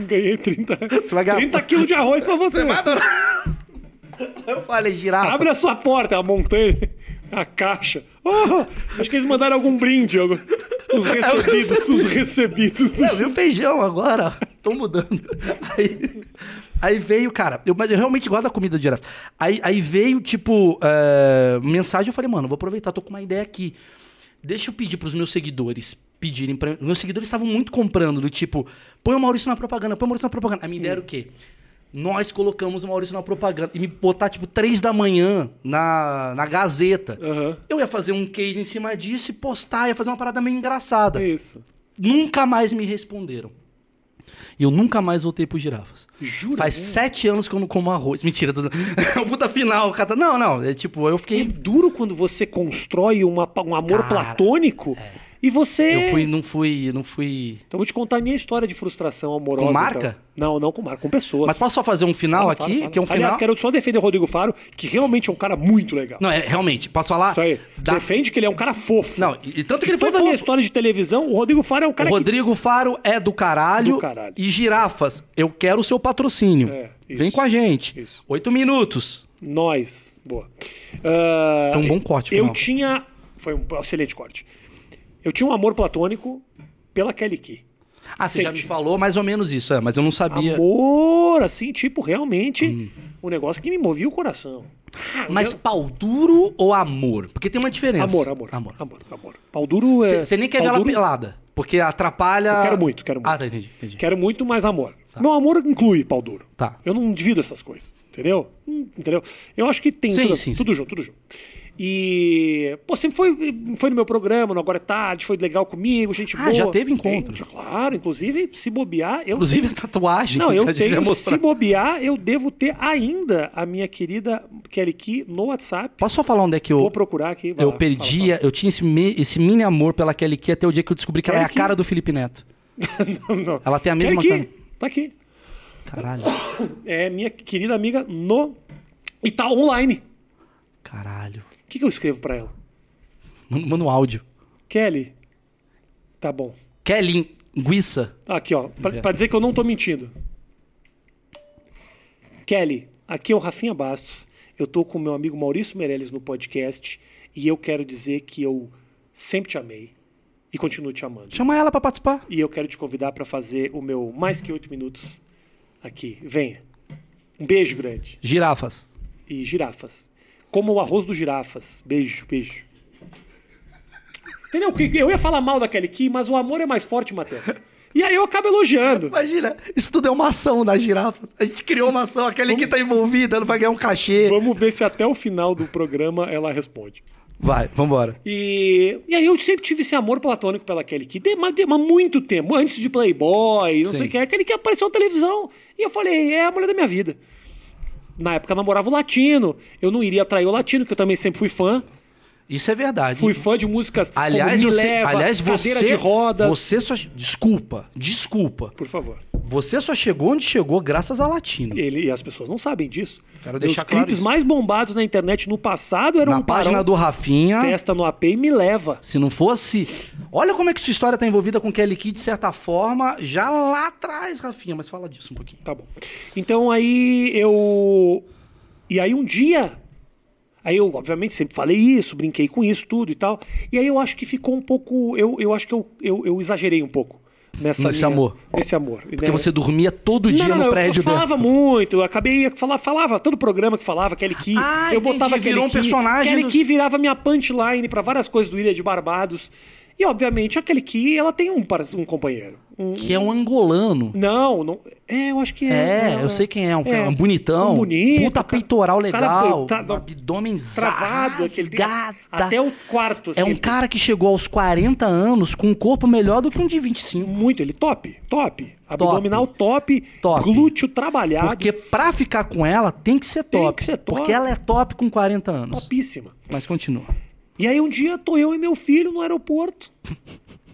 Ganhei 30.
Você vai ganhar-
30 quilos de arroz pra você.
Você vai adorar. Eu falei, girafa.
Abre a sua porta, a montanha, a caixa. Oh, acho que eles mandaram algum brinde. algum-
<laughs>
Os
É
recebidos, os recebidos.
Não, viu feijão agora? <laughs> Tô mudando. Aí, aí veio, cara, eu, mas eu realmente gosto da comida de girafa. Aí, aí veio, tipo, é, mensagem, eu falei, mano, vou aproveitar, tô com uma ideia aqui. Deixa eu pedir pros meus seguidores pedirem pra... Meus seguidores estavam muito comprando, do tipo, põe o Maurício na propaganda, põe o Maurício na propaganda. Aí minha ideia era o quê? Nós colocamos o Maurício na propaganda e me botar, tipo, três da manhã na, na Gazeta.
Aham.
Eu ia fazer um case em cima disso e postar, ia fazer uma parada meio engraçada
É isso.
nunca mais me responderam. E eu nunca mais voltei pro girafas.
Jura? Hum.
Faz sete anos que eu não como arroz. <laughs> Mentira, tô... é o puta final, cara. Não, não. É tipo, eu
É
fiquei.
duro quando você constrói uma pa- um amor
Cara, é.
platônico e você.
Eu fui, não fui, não fui.
Então eu vou te contar a minha história de frustração amorosa.
Com marca?
então. Não, não com marca, com pessoas.
Mas posso só fazer um final
Fala,
aqui?
fala, fala.
Que é um final.
Aliás, quero só defender o Rodrigo Faro, que realmente é um cara muito legal.
Não, é realmente, posso falar?
Isso aí.
<laughs> Da-
Defende que ele é um cara fofo.
Não, e e tanto que ele foi
Toda a minha
fofo.
história de televisão, o Rodrigo Faro é um
O
cara
Rodrigo Faro é do caralho,
Do caralho.
E girafas, eu quero o seu patrocínio.
É, isso.
Vem com a gente.
Isso.
Oito minutos.
que... Nós. Boa. Ah,
Foi um bom corte,
Eu
final.
tinha... Foi um excelente corte. Eu tinha um amor platônico pela Kelly Key.
Ah, você já
Sente.
me falou mais ou menos isso, é, mas eu não sabia.
Amor, assim, tipo, realmente,
Hum.
um negócio que me movia o coração.
Mas pau duro ou amor? Porque tem uma diferença.
Amor, amor.
Amor.
Amor, amor. Pau duro é...
Você nem quer ver
pau
ela
duro-
pelada. Porque atrapalha.
Eu quero muito, quero muito.
Ah, tá, entendi. entendi.
Quero muito mais amor. Meu amor inclui pau duro.
Tá.
Eu não divido essas coisas, entendeu? Hum, Entendeu? Eu acho que tem
Sim,
tudo,
sim,
tudo junto, tudo junto. E, pô, sempre foi, foi no meu programa, no Agora é Tarde, foi legal comigo, gente
Ah,
boa.
já teve encontro?
Tem, claro, inclusive, se bobear, eu...
Inclusive <laughs> a tatuagem.
Não,
que
eu
a gente vai
tenho, um
mostrar.
se bobear, eu devo ter ainda a minha querida Kelly Key no WhatsApp.
Posso só falar onde é que eu.
Vou procurar aqui. vai
Eu
lá,
perdi,
fala,
eu tinha esse, me- esse mini amor pela Kelly Key até o dia que eu descobri que ela é
Kelly
a
Key?
cara do Felipe Neto.
fala. <laughs> Não, não.
Ela tem a
Kelly
mesma
Key, Tá aqui.
Caralho,
É minha querida amiga no... E tá online.
caralho.
O que, que eu escrevo pra ela?
Manda, manda um áudio.
Kelly. Tá bom.
Kelly Guissa.
Aqui, ó. Pra, pra dizer que eu não tô mentindo. Kelly, aqui é o Rafinha Bastos. Eu tô com o meu amigo Maurício Meirelles no podcast. E eu quero dizer que eu sempre te amei. E continuo te amando.
Chama ela pra participar.
E eu quero te convidar pra fazer o meu mais que oito minutos aqui. Venha. Um beijo grande.
Girafas.
E girafas. Como o arroz do girafas. Beijo, beijo. Entendeu? Que- Eu ia falar mal da Kelly Key, mas o amor é mais forte, Matheus. E aí eu acabo elogiando.
Imagina, isso tudo é uma ação da girafa. A gente criou uma ação, a Kelly Key tá envolvida, ela vai ganhar um cachê.
Vamos ver se até o final do programa ela responde.
Vai, vambora.
E, e aí eu sempre tive esse amor platônico pela Kelly Key, de, mas, de- mas muito tempo, antes de Playboy, não
Sim.
sei o que. A Kelly Key apareceu na televisão e eu falei, é a mulher da minha vida. Na época eu namorava o latino, eu não iria atrair o latino, que eu também sempre fui fã.
Isso é verdade.
Fui fã de músicas
Aliás,
como Me
você,
Leva,
aliás
Cadeira
você,
de Rodas.
você só desculpa, desculpa.
Por favor.
Você só chegou onde chegou graças a latino.
Ele, e as pessoas não sabem disso.
Quero
Os
deixar claro
clipes
isso.
mais bombados na internet no passado eram
Na
um parão,
página do Rafinha,
Festa no AP e Me Leva.
se não fosse, olha como é que sua história tá envolvida com Kelly Key de certa forma, já lá atrás, Rafinha, mas fala disso um pouquinho.
Tá bom. Então aí eu. E aí um dia. Aí eu, obviamente, sempre falei isso, brinquei com isso, tudo e tal. E aí eu acho que ficou um pouco. Eu, eu acho que eu, eu, eu exagerei um pouco nessa.
Nesse
minha-
amor.
Nesse amor. né?
Porque você dormia todo dia no
É.
prédio
eu só falava muito, eu acabei falava, falava todo programa que falava Kelly Key,
Ah,
eu
entendi,
botava
virou um
Kelly Key,
personagem
Kelly
dos-
Key virava minha punchline pra várias coisas do Ilha de Barbados. E obviamente a Kelly Key, ela tem um par- um companheiro. Um-
que é um angolano.
Não, não, é, eu acho que é.
É,
né?
eu sei quem é, um,
É.
um bonitão,
Um bonito,
puta
cara-
peitoral
cara
legal,
peitado,
um abdômen
travado, aquele tem-
rasgada.
até o quarto assim.
É um
ele-
cara que chegou aos 40 anos com um corpo melhor do que um de 25.
muito, ele top, top, abdominal top,
Top.
glúteo trabalhado,
Porque pra ficar com ela tem que ser
Tem
top.
que ser top.
Porque ela é top com 40 anos.
topíssima.
Mas continua.
E aí um dia tô eu e meu filho no aeroporto.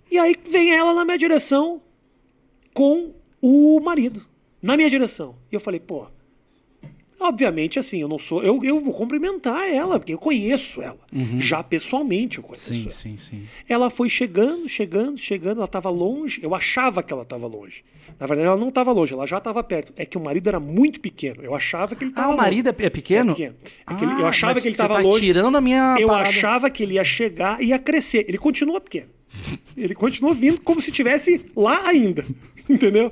E aí vem ela na minha direção com o marido. Na minha direção. E eu falei, pô. Obviamente, assim, eu não sou. Eu, eu vou cumprimentar ela, porque eu conheço ela. Já pessoalmente eu conheço
Uhum. Sim,
ela.
sim, sim.
Ela foi chegando, chegando, chegando. Ela estava longe. Eu achava que ela estava longe. Na verdade, ela não estava longe, ela já estava perto. É que o marido era muito pequeno. Eu achava que ele
Ah,
estava
o marido é pe- é pequeno?
É que ele- eu
Ah,
achava
mas
que ele
você
estava
tá
longe.
tirando a minha
Eu
parada.
achava que ele ia chegar e ia crescer. Ele continua pequeno. Ele continua vindo como se estivesse lá ainda. <laughs> Entendeu?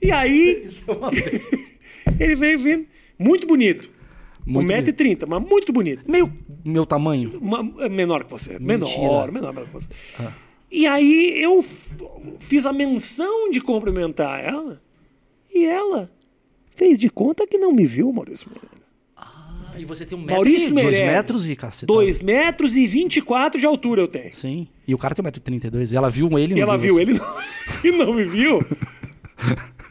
E aí, <laughs> ele veio vindo. Muito bonito.
Muito
1,30m, mas muito bonito.
Meio meu tamanho.
Uma- é menor que você. Menor,
Mentira.
menor, menor que você. E aí eu f- fiz a menção de cumprimentar ela e ela fez de conta que não me viu, Maurício Meirelles.
Ah, e você tem um metro
Maurício
e...
Meirelles.
Dois metros e tá caceta.
2 metros e 24 de altura eu tenho.
Sim. E o cara tem um metro e trinta e dois. E ela viu ele
E ela viu ele não- <laughs> e não me viu.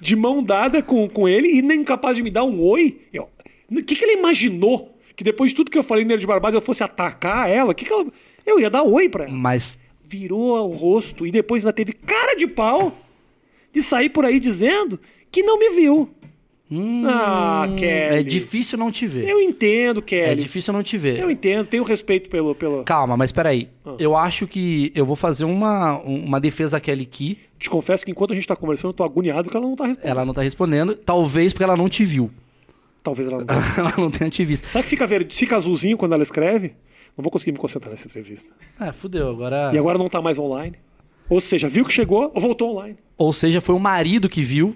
De mão dada com, com ele e nem capaz de me dar um oi. Eu- O que, que ela imaginou? Que depois de tudo que eu falei nele de barbado eu fosse atacar ela? O Que que ela... Eu ia dar oi pra ela.
Mas
virou o rosto e depois ainda teve cara de pau de sair por aí dizendo que não me viu. ah, Kelly.
hum, é difícil não te ver.
Eu entendo, Kelly.
É difícil não te ver.
Eu Ah. entendo, tenho respeito pelo. pelo...
Calma, mas peraí. Eu acho que eu vou fazer uma, uma defesa à Kelly Key.
Te confesso que enquanto a gente tá conversando, eu tô agoniado que ela não tá respondendo.
Ela não tá respondendo. Talvez porque ela não te viu. <laughs>
Talvez ela não. tá.
ela não tenha te visto.
Será que fica verde? Fica azulzinho quando ela escreve? Não vou conseguir me concentrar nessa entrevista.
Ah, fudeu. Agora.
E agora não tá mais online. Ou seja, viu que chegou, voltou online.
Ou seja, foi o marido que viu.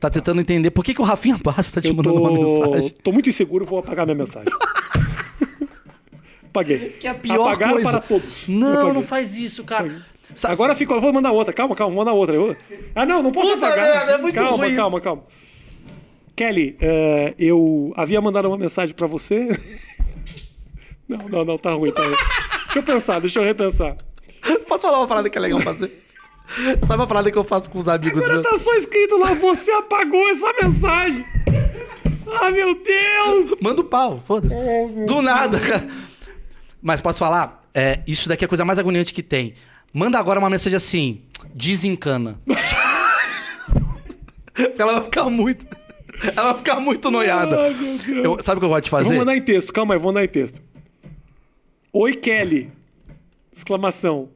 Tá tentando entender por que, que o Rafinha Basta tá te
Eu
mandando uma
tô,
mensagem.
tô muito inseguro, vou apagar minha
<laughs>
mensagem. Apaguei.
Que é a pior
Apagar
coisa.
para todos. Eu
Não,
apaguei.
não faz isso, cara. Sa-
Agora ficou, eu vou mandar outra. Calma, calma, vou mandar outra. Eu- Ah, não, não posso
Puta
apagar.
merda, é muito
calma,
ruim
calma, calma. Kelly, eh, eu havia mandado uma mensagem pra você. <laughs> Não, não, não, tá ruim, tá ruim. Deixa eu pensar, deixa eu repensar.
Posso falar uma parada que é legal <laughs> fazer? Sabe uma parada que eu faço com os amigos
Agora
meus?
tá só escrito lá, você apagou essa mensagem. Ah, meu Deus!
Manda o pau, foda-se.
É,
Do nada, cara. Mas posso falar? É, isso daqui é a coisa mais agoniante que tem. Manda agora uma mensagem assim: desencana. <laughs> Ela vai ficar muito. Ela vai ficar muito noiada.
Ai, meu Deus.
Eu- sabe o que eu gosto de
Vou
fazer?
mandar em texto, calma aí, vou mandar em texto. Oi, Kelly! Exclamação.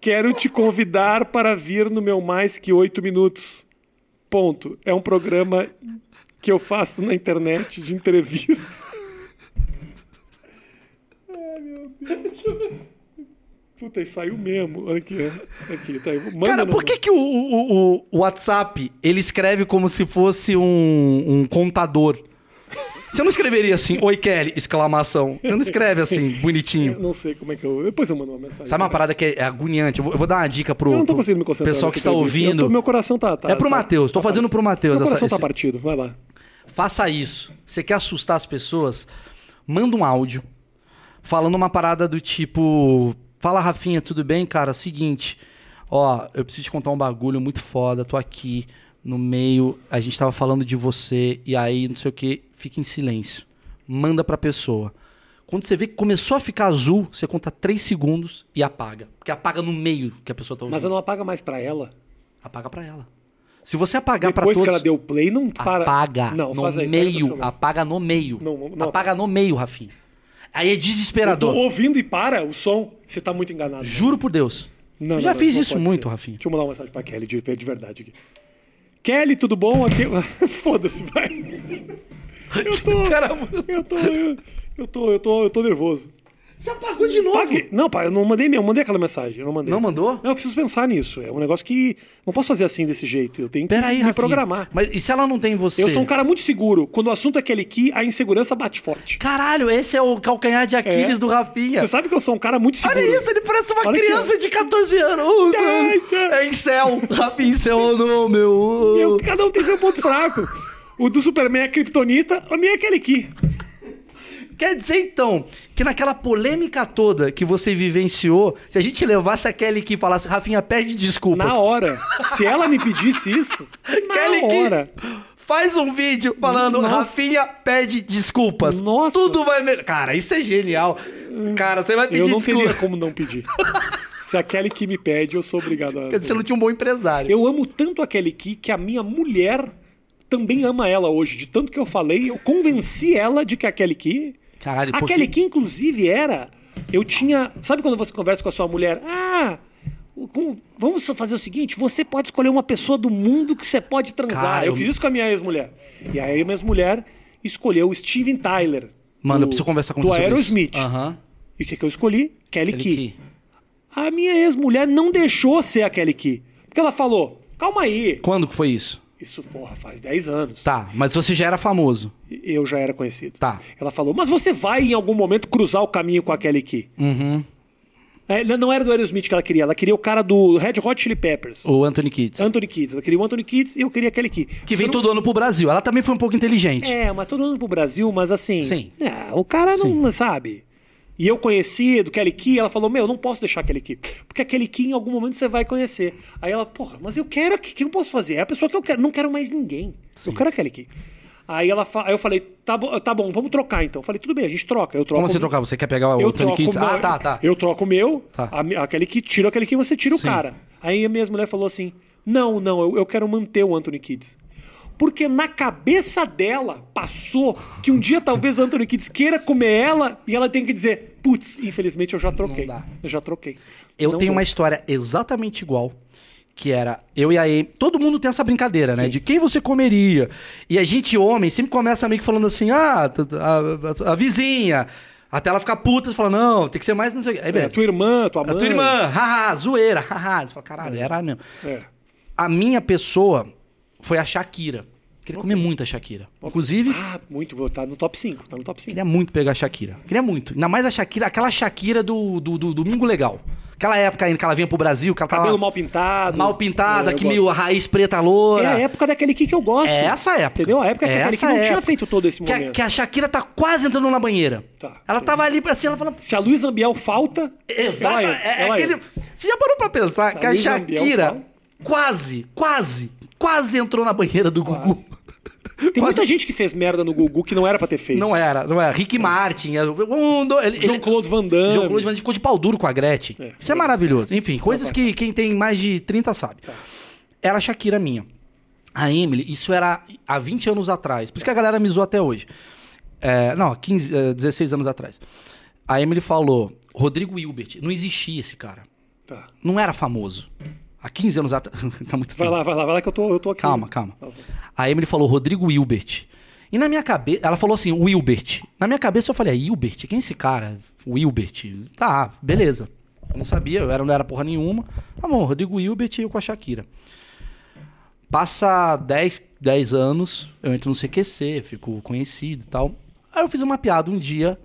Quero te convidar para vir no meu Mais Que Oito Minutos. Ponto. É um programa que eu faço na internet de entrevista. Ai, meu Deus. Puta, e saiu mesmo. Olha aqui, ó. aqui tá. eu vou- Manda
Cara,
no-
por que, que o, o- o- o WhatsApp ele escreve como se fosse um, um contador? Você não escreveria assim, oi Kelly, exclamação. Você não escreve assim, bonitinho.
Não sei como é que eu. Depois eu mando uma mensagem.
Sabe uma parada que é agoniante? Eu vou, eu vou dar uma dica pro,
Eu não tô
pro
conseguindo me concentrar.
pessoal que
nessa
está
entrevista. Eu
ouvindo.
tô- meu coração tá. tá
É pro
tá-
Matheus, tô fazendo pro Matheus.
Meu
essa-
coração tá
esse-
partido, vai lá.
Faça isso. Você quer assustar as pessoas? Manda um áudio falando uma parada do tipo: Fala, Rafinha, tudo bem, cara? Seguinte, ó, eu preciso te contar um bagulho muito foda. Tô aqui no meio, a gente tava falando de você e aí não sei o que, fica em silêncio. Manda pra pessoa. Quando você vê que começou a ficar azul, você conta 3 segundos e apaga. Porque apaga no meio que a pessoa tá ouvindo.
Mas ela não apaga mais pra ela.
Apaga pra ela. Se você apagar pra
Depois
todos...
que ela deu play, não para.
Apaga
Não,
no
faz aí. pega do seu
meio.
lado.
Apaga no meio.
Não, não
apaga no meio, Rafinha. Aí é
Eu tô
desesperador.
ouvindo e para o som. Você tá muito enganado.
Juro por Deus.
Não,
Eu
não,
já
não,
fiz
não
isso
pode
muito,
ser.
Rafinha.
Deixa eu mandar uma mensagem pra Kelly de, de verdade aqui. Kelly, tudo bom? Aqui... <laughs> Foda-se, vai. Eu
<laughs>
tô.
Caramba.
Eu tô. Eu, eu tô. Eu tô. Eu tô nervoso.
Você apagou de novo.
Pague- Não, pai, eu não mandei nem. Eu mandei aquela mensagem. Eu não mandei.
Não mandou?
Não, eu preciso pensar nisso. É um negócio que. Não posso fazer assim desse jeito. Eu tenho que
Peraí,
me
Rafinha.
programar.
Mas e se ela não tem você?
Eu sou um cara muito seguro. Quando o assunto é Kelly Key, a insegurança bate forte.
Caralho, esse é o calcanhar de Aquiles
É.
do Rafinha.
Você sabe que eu sou um cara muito seguro.
Olha isso, ele parece uma
Olha aqui,
criança de 14 anos.
Ai, cara.
é em céu. Rafinha em céu, não, meu.
Eu- cada um tem seu ponto fraco. O do Superman é Kryptonita, a minha é Kelly Key.
Quer dizer, então, que naquela polêmica toda que você vivenciou, se a gente levasse a Kelly que falasse, Rafinha, pede desculpas. <laughs>
Na hora. Se ela me pedisse isso, na
Kelly Key.
hora.
Faz um vídeo falando,
Nossa.
Rafinha pede desculpas.
Nossa.
Tudo vai melhor. Cara, isso é genial. Cara, você vai pedir
Eu não
desculpa.
teria como não pedir. Se a Kelly que me pede, eu sou obrigado a.
Quer dizer, Você não tinha um bom empresário.
Eu amo tanto a Kelly Key que a minha mulher também ama ela hoje. De tanto que eu falei, eu convenci ela de que a Kelly Key.
Caralho,
a
porque-
Kelly Key, inclusive, era. Eu tinha. Sabe quando você conversa com a sua mulher? Ah! o- com- Vamos só fazer o seguinte: você pode escolher uma pessoa do mundo que você pode transar.
Cara,
eu
eu-
fiz isso com a minha ex-mulher. E aí a minha ex-mulher escolheu o Steven Tyler.
Mano,
do-
eu preciso conversar com
Do
você. sobre isso.
Aerosmith.
Aham.
E o que, que eu escolhi? Kelly,
Kelly
Key.
Key.
A minha ex-mulher não deixou ser a Kelly Key. Porque ela falou: calma aí.
Quando que foi isso?
Isso, porra, faz 10 anos.
Tá, mas você já era famoso.
E Eu já era conhecido.
Tá.
Ela falou, mas você vai em algum momento cruzar o caminho com a Kelly Key. Uhum. não era do Aerosmith que ela queria, ela queria o cara do Red Hot Chili Peppers.
O Anthony Kidd.
Anthony Kids. Ela queria o Anthony Kids e eu queria a Kelly Key.
Que vem todo ano pro Brasil. Ela também foi um pouco inteligente.
É, mas todo mundo pro Brasil, mas assim.
Sim.
é, o cara não sabe. E eu conheci do Kelly Key, ela falou: Meu, não posso deixar a Kelly Key. Porque a Kelly Key em algum momento você vai conhecer. Aí ela, porra, mas eu quero a Kelly, o que eu posso fazer? É a pessoa que eu quero, não quero mais ninguém. Eu quero a Kelly Key. Aí, ela fa- aí eu falei: tá, bo- tá bom, vamos trocar então. Eu falei: Tudo bem, a gente troca. Eu troco um
Como você
o-
trocava? Você quer pegar o
eu
Anthony
troco
Kidd?
o meu-
Ah, tá, tá.
Eu troco o meu,
Tá.
a mi- aquele que tira aquele que você tira
Sim.
o cara. Aí a minha mulher falou assim: não, não, eu, eu quero manter o Anthony Kids. Porque na cabeça dela passou que um dia talvez o Anthony Kids queira comer ela e ela tem que dizer: putz, infelizmente eu já troquei.
dá.
Eu já troquei.
Eu
Não
tenho
dou.
uma história exatamente igual. Que era eu e a Amy. Todo mundo tem essa brincadeira, né? De quem você comeria. E a gente, homem, sempre começa meio que falando assim: ah, t- t- a, a- a vizinha. Até ela ficar puta, você fala: não, tem que ser mais, não sei o quê. Aí,
É,
beleza.
tua irmã, tua
A
mãe.
tua irmã, haha, zoeira, haha. Você fala: caralho, era mesmo.
É.
A minha pessoa foi a Shakira. Queria comer muito a Shakira. Inclusive,
Ah, muito, boa, tá no top 5. Tá no top 5.
Queria muito pegar a Shakira. Queria muito. Ainda mais a Shakira, aquela Shakira do, do, do Domingo Legal. Aquela época ainda que ela vinha pro Brasil, que ela tava
Cabelo mal pintado.
mal pintada,
É, eu
que
gosto.
meio a raiz preta
É
loura.
a época daquele que eu gosto.
É essa época.
Entendeu? A época
é
que aquele que
essa
não tinha
época.
feito todo esse
Que a-
momento.
Que a, Shakira tá quase entrando na banheira.
Tá.
Ela tava ali assim, ela falando.
Se a Luiz Ambiel falta.
Exato.
ela
É,
entra,
é
ela
aquele.
entra.
Você já parou pra pensar que a
Luísa Ambiel
Shakira
fala.
quase, quase, quase entrou na banheira do Gugu.
Tem
Quase-
muita gente que fez merda no Gugu que não era pra ter feito.
Não é. era, não era. Rick Martin. era- Um, dois, ele- ele-
Jean-Claude Van Damme.
João Claude Van Damme ficou de pau duro com a Gretchen. Isso é Tá. maravilhoso. Enfim, coisas que quem tem mais de 30 sabe. Era a Shakira minha. A Emily, isso era há 20 anos atrás. Por isso que a galera me zoa até hoje. É, não, 15, é, 16 anos atrás. A Emily falou, Rodrigo Hilbert, não existia esse cara.
Tá.
Não era famoso. Há 15 anos atrás. <laughs> tá muito
Vai
tempo.
lá, vai lá, vai lá que eu tô, eu tô aqui. Tá
Calma, calma. A Emily falou Rodrigo Wilbert. E na minha cabeça. Ela falou assim, Wilbert. Na minha cabeça eu falei, é Hilbert? Quem é esse cara? Wilbert. Tá, beleza. Eu não sabia, eu era, não era porra nenhuma. Tá bom, Rodrigo Hilbert e eu com a Shakira. Passa 10, 10 anos, eu entro no CQC, fico conhecido e tal. Aí eu fiz uma piada um dia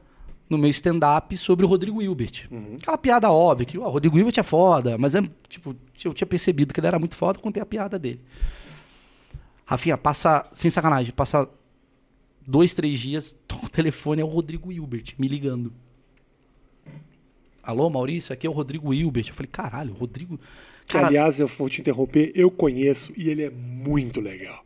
no meu stand-up sobre o Rodrigo Hilbert. Aquela piada óbvia, que ó, o Rodrigo Hilbert é foda, mas é, tipo, eu tinha percebido que ele era muito foda, eu contei a piada dele. Rafinha, passa, sem sacanagem, passa dois, três dias, <laughs> toca o telefone, é o Rodrigo Hilbert me ligando. Alô, Maurício, aqui é o Rodrigo Hilbert. Eu falei, caralho, Rodrigo.
Que, aliás, eu vou te interromper, eu conheço e ele é muito legal.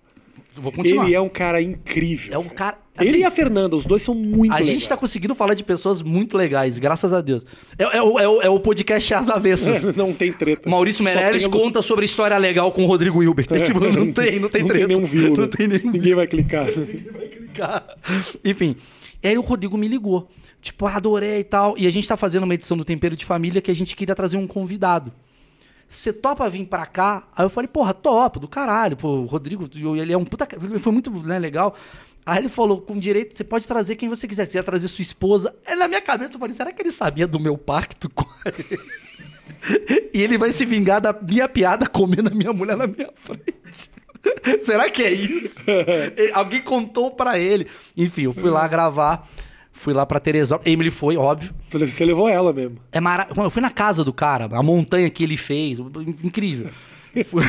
vou continuar.
Ele é um cara incrível.
É um
velho.
cara- assim-
ele e a Fernanda, os dois são muito
A
legais.
gente tá conseguindo falar de pessoas muito legais, graças a Deus. É, é o, é o- é o podcast
<laughs>
às avessas.
Não tem treta.
Maurício
Só
Meirelles
tem algum-
conta sobre história legal com o
<laughs>
Rodrigo Hilbert. <laughs> Tipo, não tem, não tem
não
treta.
Tem nenhum view,
não
né?
tem nenhum
Ninguém vai clicar.
Cara, <laughs> Enfim. E aí o Rodrigo me ligou. Tipo, ah, adorei e tal. E a gente tá fazendo uma edição do Tempero de Família que a gente queria trazer um convidado. Você topa vir pra cá? Aí eu falei, porra, topo, do caralho. Pô, o Rodrigo, ele é um puta... ca- Ele foi muito né, legal. Aí ele falou, com direito, você pode trazer quem você quiser. Você ia trazer sua esposa. Aí na minha cabeça eu falei, será que ele sabia do meu pacto com ele? E ele vai se vingar da minha piada comendo a minha mulher na minha frente. <laughs> Será que é isso? Ele- Alguém contou pra ele. Enfim, eu fui lá gravar, fui lá pra Teresópolis. Emily foi, óbvio.
Falei, Você levou ela mesmo.
É mara... Mano, Eu fui na casa do cara, a montanha que ele fez, in- incrível. Fui-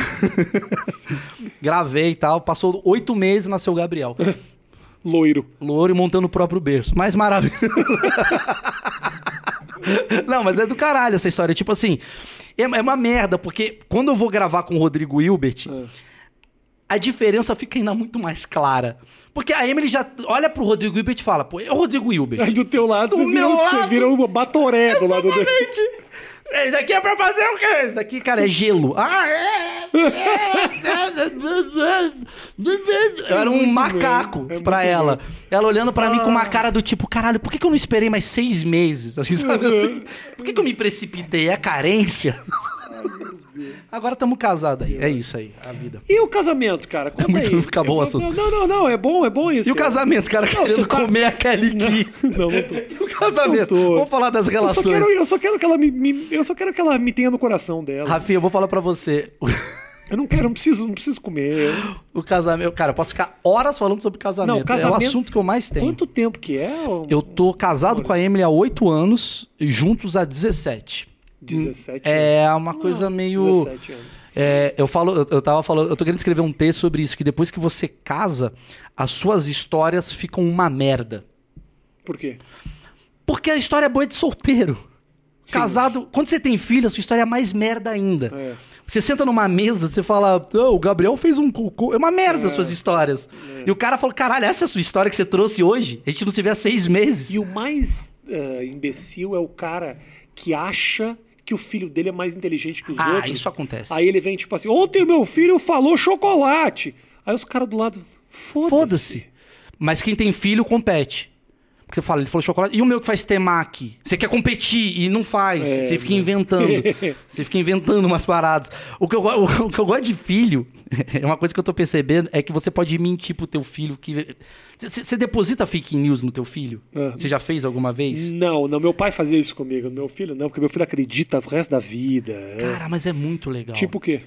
<laughs> Gravei e tal, passou oito meses nasceu o Gabriel.
Loiro.
Louro e montando o próprio berço. Mas maravilhoso. <laughs> Não, mas é do caralho essa história. Tipo assim, é, é uma merda, porque quando eu vou gravar com o Rodrigo Hilbert, a diferença fica ainda muito mais clara. Porque a Emily já olha pro Rodrigo Hilbert e fala, pô, é o Rodrigo Hilbert.
Aí do teu lado
Do
você vira,
meu
você
lado?
vira uma batoré
É
do lado dele.
Exatamente. Esse daqui é pra fazer o quê? Esse daqui, cara, é gelo. Ah, é, é, é. Eu era um macaco
bom, é
pra
muito
ela.
bom.
Ela olhando pra mim com uma cara do tipo, caralho, por que, que eu não esperei mais seis meses? Assim, sabe assim? Por que, que eu me precipitei? É a carência? Agora estamos casados aí. É isso aí, a vida.
E o casamento, cara? Conta
muito-
aí.
acabou o
É-
assunto.
Não, não, não, é bom, é bom isso.
E o casamento, cara,
você
querendo
tá-
comer a Kelly Key.
<laughs> Não, não tô.
<laughs> E o casamento?
Eu tô-
Vamos falar das
Eu só,
relações.
quero, eu só quero que ela me, me- eu só quero que ela me tenha no coração dela.
Rafinha, eu vou falar pra você.
Eu não quero, não preciso, não preciso comer.
O casamento. Cara, eu posso ficar horas falando sobre casamento.
Não, casamento-
É o assunto que eu mais tenho.
Quanto tempo que é? ô?
Eu tô casado com a Emily há oito anos e juntos há 17.
17
É uma
Não,
coisa meio.
17 anos.
É, eu falo, eu, eu tava falando, eu tô querendo escrever um texto sobre isso, que depois que você casa, as suas histórias ficam uma merda.
Por quê?
Porque a história é boa de solteiro. Casado, quando você tem filho, a sua história é mais merda ainda.
É.
Você senta numa mesa, você fala, "Ah, o Gabriel fez um cocô. É uma merda as suas histórias. E o cara falou, caralho, essa é a sua história que você trouxe hoje? A gente não se vê há seis meses.
E o mais ah, imbecil é o cara que acha que o filho dele é mais inteligente que os
Ah,
outros.
isso acontece.
Aí ele vem tipo assim: ontem meu filho falou chocolate. Aí os caras do lado, foda-se.
Foda-se. Mas quem tem filho compete. Porque você fala, ele falou chocolate. E o meu que faz temaki? Você quer competir e não faz.
É,
você
né? <laughs>
fica inventando. você fica inventando umas paradas. O que, eu, go- o que eu gosto de filho, <laughs> é uma coisa que eu tô percebendo, é que você pode mentir pro teu filho que. Você você deposita fake news no teu filho?
É.
Você já fez alguma vez?
Não, não, meu pai fazia isso comigo. Meu filho não, porque meu filho acredita o resto da vida. é.
Cara, mas é muito legal.
Tipo o quê?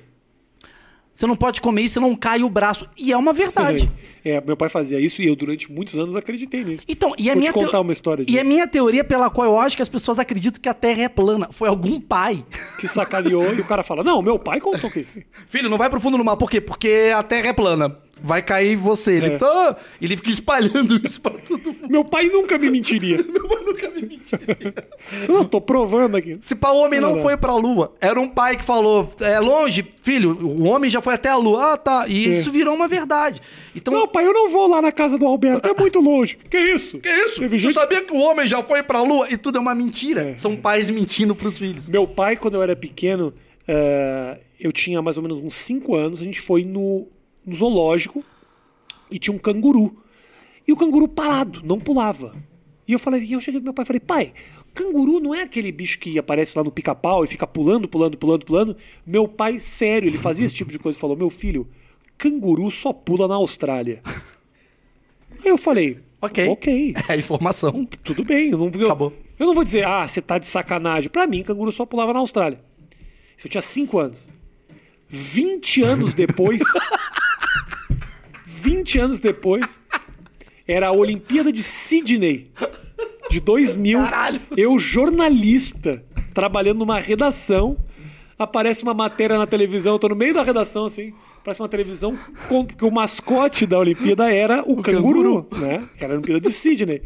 você não pode comer isso, não cai o braço. E é uma verdade.
É, meu pai fazia isso e eu durante muitos anos acreditei nisso.
Então, e
Vou
a
te
minha teo-
contar uma história
E
disso.
a minha teoria pela qual eu acho que as pessoas acreditam que a Terra é plana foi algum pai.
Que sacaneou e o cara fala: Não, meu pai contou que isso.
<laughs> Filho, não vai pro fundo do mar, por quê? Porque a Terra é plana. Vai cair você.
É.
Ele, "Tá." ele fica espalhando <laughs> isso pra todo mundo.
Meu pai nunca me mentiria.
Meu pai nunca me mentiu.
não, tô provando aqui.
Se pá, o homem não foi pra lua, era um pai que falou: é longe, filho, o homem já foi até a lua. Ah, tá. E isso virou uma verdade. Então.
É. Não, pai, eu não vou lá na casa do Alberto, é muito longe. Que isso?
Que isso?
Teve gente-
Eu sabia que o homem já foi pra lua e tudo é uma mentira. São pais mentindo pros filhos.
Meu pai, quando eu era pequeno, eh, eu tinha mais ou menos uns 5 anos, a gente foi no, no zoológico e tinha um canguru. E o canguru parado, não pulava. E eu falei, e eu cheguei pro meu pai e falei, pai, canguru não é aquele bicho que aparece lá no pica-pau e fica pulando, pulando, pulando, pulando. Meu pai, sério, ele fazia esse tipo de coisa, falou, meu filho, canguru só pula na Austrália. Aí eu falei,
Ok.
ok,
<laughs> É a informação.
tudo bem. Eu não, eu-
Acabou.
Eu não vou dizer, ah, você tá de sacanagem. Pra mim, canguru só pulava na Austrália. Isso eu tinha 5 anos. 20 anos depois. 20 anos depois. Era a Olimpíada de Sydney de 2000.
Caralho.
Eu, jornalista, trabalhando numa redação, aparece uma matéria na televisão, eu tô no meio da redação, assim, aparece uma televisão com que o mascote da Olimpíada era o, canguru, né? Que era a Olimpíada de Sydney.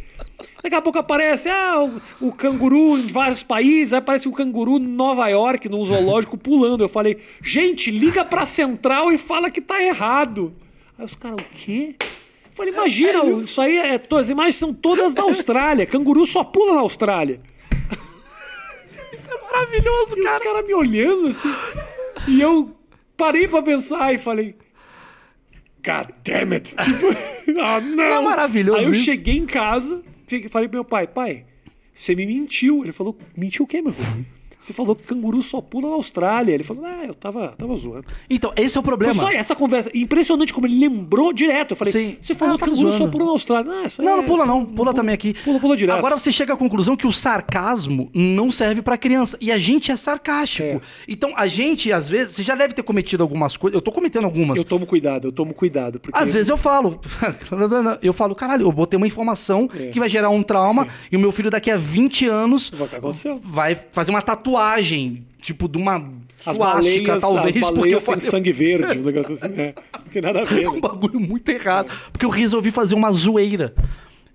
Daqui a pouco aparece, ah, o, o canguru em vários países, aí aparece o canguru em Nova York, num zoológico, pulando. Eu falei, gente, liga pra central e fala que tá errado. Aí os caras, o quê? Eu falei, imagina, isso aí é. to- As imagens são todas da Austrália. Canguru só pula na Austrália.
É maravilhoso,
E os caras me olhando assim. E eu parei pra pensar e falei. God damn it! <laughs> Tipo, ah, não!
é maravilhoso
Aí eu
isso?
cheguei em casa, fiquei- falei pro meu pai, pai, você me mentiu. Ele falou, mentiu o quê, meu filho? Você falou que canguru só pula na Austrália. Ele falou, ah, eu tava, tava zoando.
Então, esse é o
Foi
problema.
só essa conversa. Impressionante como ele lembrou direto. Eu falei,
Sim.
você falou
Ah,
que
tá
canguru só
zoando.
pula na Austrália. Ah, isso aí
Não, não
é-
pula não. Pula também aqui.
pula- pula direto.
Agora você chega à conclusão que o sarcasmo não serve pra criança. E a gente é sarcástico.
É.
Então, a gente, às vezes... Você já deve ter cometido algumas coisas. Eu tô cometendo algumas.
Eu tomo cuidado, eu tomo cuidado. Porque
Às vezes eu falo, <laughs> eu falo, caralho, eu botei uma informação
É.
que vai gerar um trauma e o meu filho daqui a 20 anos
Vai que aconteceu.
vai fazer uma tatuagem, tipo de uma
As
suástica,
baleias,
talvez,
as
porque eu
baleias têm
falei-
sangue verde, um negócio assim, né? Não tem nada a ver,
É um
né?
bagulho muito errado. Porque eu resolvi fazer uma zoeira.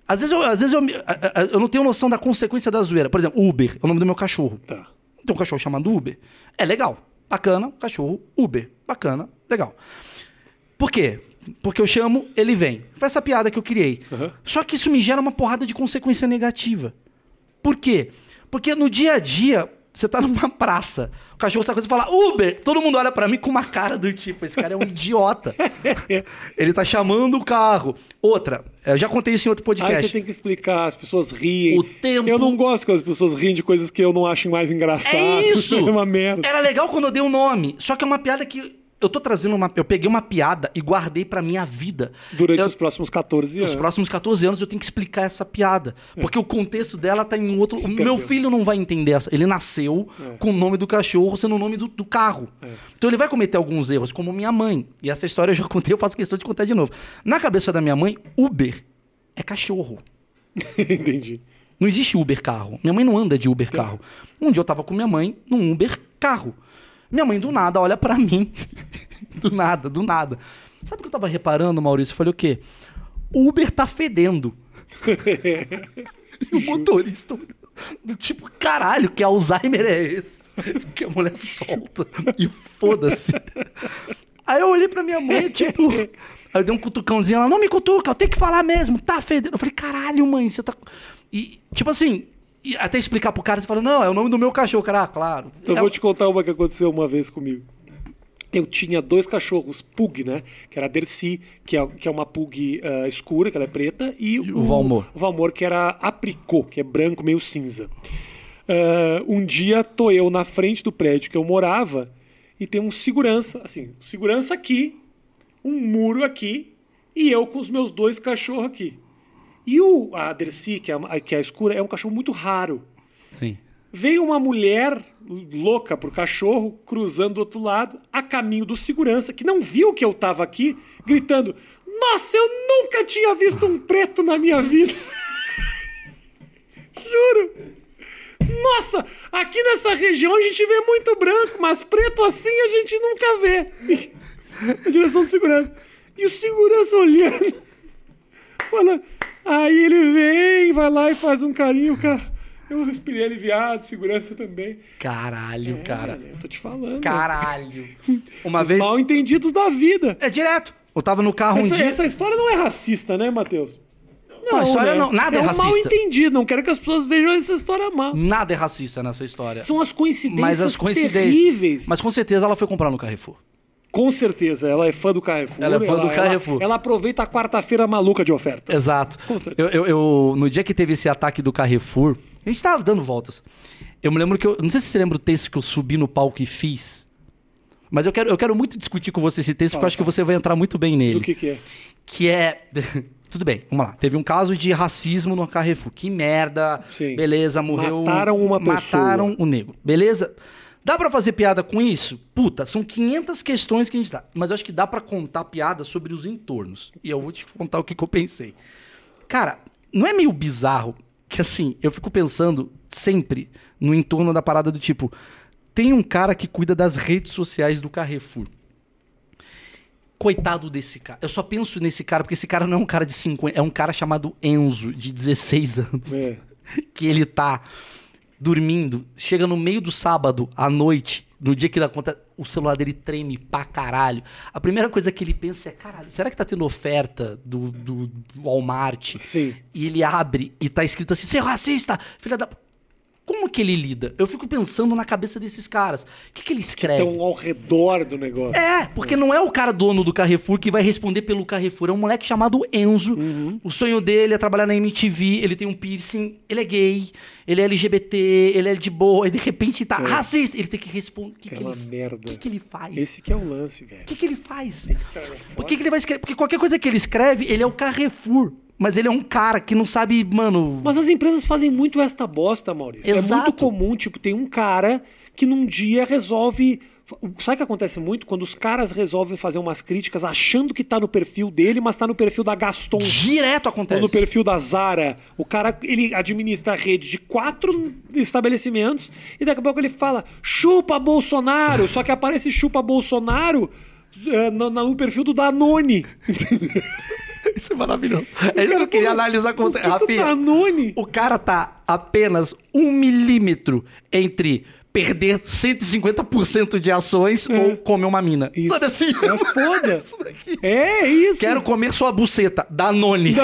Às vezes, eu, às vezes eu, me- a- a- eu não tenho noção da consequência da zoeira. Por exemplo, Uber é o nome do meu cachorro.
Tá.
Tem um cachorro chamado Uber. É legal. Bacana, cachorro Uber. Bacana, legal. Por quê? Porque eu chamo, ele vem. Foi essa piada que eu criei.
Aham.
Só que isso me gera uma porrada de consequência negativa. Por quê? Porque no dia a dia, você tá numa <laughs> praça, o cachorro está coisa e fala Uber, todo mundo olha pra mim com uma cara do tipo, esse cara é um
<laughs>
idiota. ele tá chamando o carro. Outra, eu já contei isso em outro
Aí
podcast.
Ah, você tem que explicar, as pessoas riem.
O tempo-
Eu não gosto quando as pessoas riem de coisas que eu não acho mais engraçadas.
É
<laughs>
isso!
É uma merda.
Era legal quando eu dei o nome. Só que é uma piada que. Eu tô trazendo uma. Eu peguei uma piada e guardei pra minha vida.
Durante
Eu-
os É. próximos 14 anos.
Nos próximos 14 anos eu tenho que explicar essa piada.
É.
Porque o contexto dela tá em um outro. O meu
perdeu.
filho não vai entender essa. Ele nasceu
É.
com o nome do cachorro sendo o nome do, do carro. Então ele vai cometer alguns erros, como minha mãe. E essa história eu já <laughs> contei, eu faço questão de contar de novo. Na cabeça da minha mãe, Uber é cachorro.
<laughs> Entendi.
Não existe Uber carro. Minha mãe não anda de Uber carro. Um dia eu tava com minha mãe num Uber carro. Minha mãe do nada olha pra mim. <laughs> do nada, do nada. Sabe o que eu tava reparando, Maurício? Eu falei o quê? O Uber tá fedendo. e o motorista olhou do tipo, caralho, que Alzheimer é esse? <laughs> Que a mulher solta e foda-se. Aí eu olhei pra minha mãe, tipo. Aí eu dei um cutucãozinho, ela, não me cutuca, eu tenho que falar mesmo, tá fedendo. Eu falei, caralho, mãe, você tá. E, tipo assim, e até explicar pro cara, você fala, não, é o nome do meu cachorro, cara, ah, claro.
Então
É-
vou te contar uma que aconteceu uma vez comigo. Eu tinha dois cachorros, Pug, né? Que era a Dercy, que é, que é uma Pug ah, escura, que ela é preta, e,
o Valmor.
O Valmor, que era apricô, que é branco, meio cinza. Ah, um dia tô eu na frente do prédio que eu morava e tem um segurança, assim, segurança aqui, um muro aqui, e eu com os meus dois cachorros aqui. E o, a Dercy, que é a, que é a escura, é um cachorro muito raro.
Sim.
Veio uma mulher louca pro cachorro, cruzando do outro lado, a caminho do segurança, que não viu que eu tava aqui, gritando: Nossa, eu nunca tinha visto um preto na minha vida! <laughs> Juro! Nossa, aqui nessa região a gente vê muito branco, mas preto assim a gente nunca vê. <laughs> Na direção do segurança. E o segurança olhando. Fala, aí ele vem, vai lá e faz um carinho, cara. Eu respirei aliviado, segurança também.
Caralho, cara.
Eu tô te falando.
Caralho. Uma
É. Os
vez.
mal entendidos da vida.
É direto. Eu tava no carro um
Essa,
dia.
essa história não é racista, né, Matheus? Não,
a história não- nada é
um
racista.
mal entendido. Não quero que as pessoas vejam essa história má.
Nada é racista nessa história.
São as coincidências,
Mas as coincidências.
terríveis.
Mas com certeza ela foi comprar no Carrefour.
Com certeza, ela é fã do Carrefour.
Ela é fã do Carrefour.
Ela, aproveita a quarta-feira maluca de ofertas.
Exato.
Com certeza.
Eu, eu- eu- no dia que teve esse ataque do Carrefour, a gente tava dando voltas. Eu me lembro que eu. Não sei se você lembra o texto que eu subi no palco e fiz. Mas eu quero, eu quero muito discutir com você esse texto, porque eu acho que você vai entrar muito bem nele.
Do que que é?
que é. <laughs> Tudo bem, vamos lá. Teve um caso de racismo no Carrefour. Que merda.
Sim.
Beleza, morreu.
Mataram uma pessoa.
Mataram o negro. Beleza? Dá pra fazer piada com isso? Puta, são 500 questões que a gente dá. Mas eu acho que dá pra contar piada sobre os entornos. E eu vou te contar o que, que eu pensei. Cara, não é meio bizarro que assim, eu fico pensando sempre no entorno da parada do tipo: tem um cara que cuida das redes sociais do Carrefour coitado desse cara. Eu só penso nesse cara, porque esse cara não é um cara de 50, é um cara chamado Enzo, de 16 anos.
É.
Que ele tá dormindo, chega no meio do sábado à noite, no dia que dá conta, o celular dele treme pra caralho. A primeira coisa que ele pensa é: caralho, será que tá tendo oferta do, do, do Walmart?
Sim.
E ele abre e tá escrito assim: seu racista, filha da. Como que ele lida? Eu fico pensando na cabeça desses caras. O que, que ele escreve?
Estão Então, ao redor do negócio.
É, porque não é o cara dono do Carrefour que vai responder pelo Carrefour. É um moleque chamado Enzo.
Uhum.
O sonho dele é trabalhar na MTV. Ele tem um piercing. Ele é gay. Ele é LGBT. Ele é de boa. E de repente tá racista. Ele tem que responder. O que,
É
que,
uma
ele-
merda.
o que que ele faz?
Esse é que é o lance, velho.
O que, que ele faz? Por que, que ele vai escrever? Porque qualquer coisa que ele escreve, ele é o Carrefour. Mas ele é um cara que não sabe, mano.
Mas as empresas fazem muito esta bosta, Maurício. É
Exato.
muito comum, tipo, tem um cara que num dia resolve. Sabe o que acontece muito? Quando os caras resolvem fazer umas críticas achando que tá no perfil dele, mas tá no perfil da Gaston.
Direto
Ou
acontece.
no perfil da Zara, o cara ele administra a rede de quatro estabelecimentos e daqui a pouco ele fala chupa Bolsonaro, só que aparece chupa Bolsonaro eh, no, no perfil do Danone.
Isso é maravilhoso. É isso que
cara
eu queria
fala,
analisar com
"O
você.
que que o
Rafinha,
Danone?"
O cara tá apenas um milímetro entre perder 150% de ações ou comer uma mina.
É. Isso.
Sabe assim?
É foda.
<laughs> Isso daqui.
É isso.
Quero comer sua buceta, Danone.
<laughs>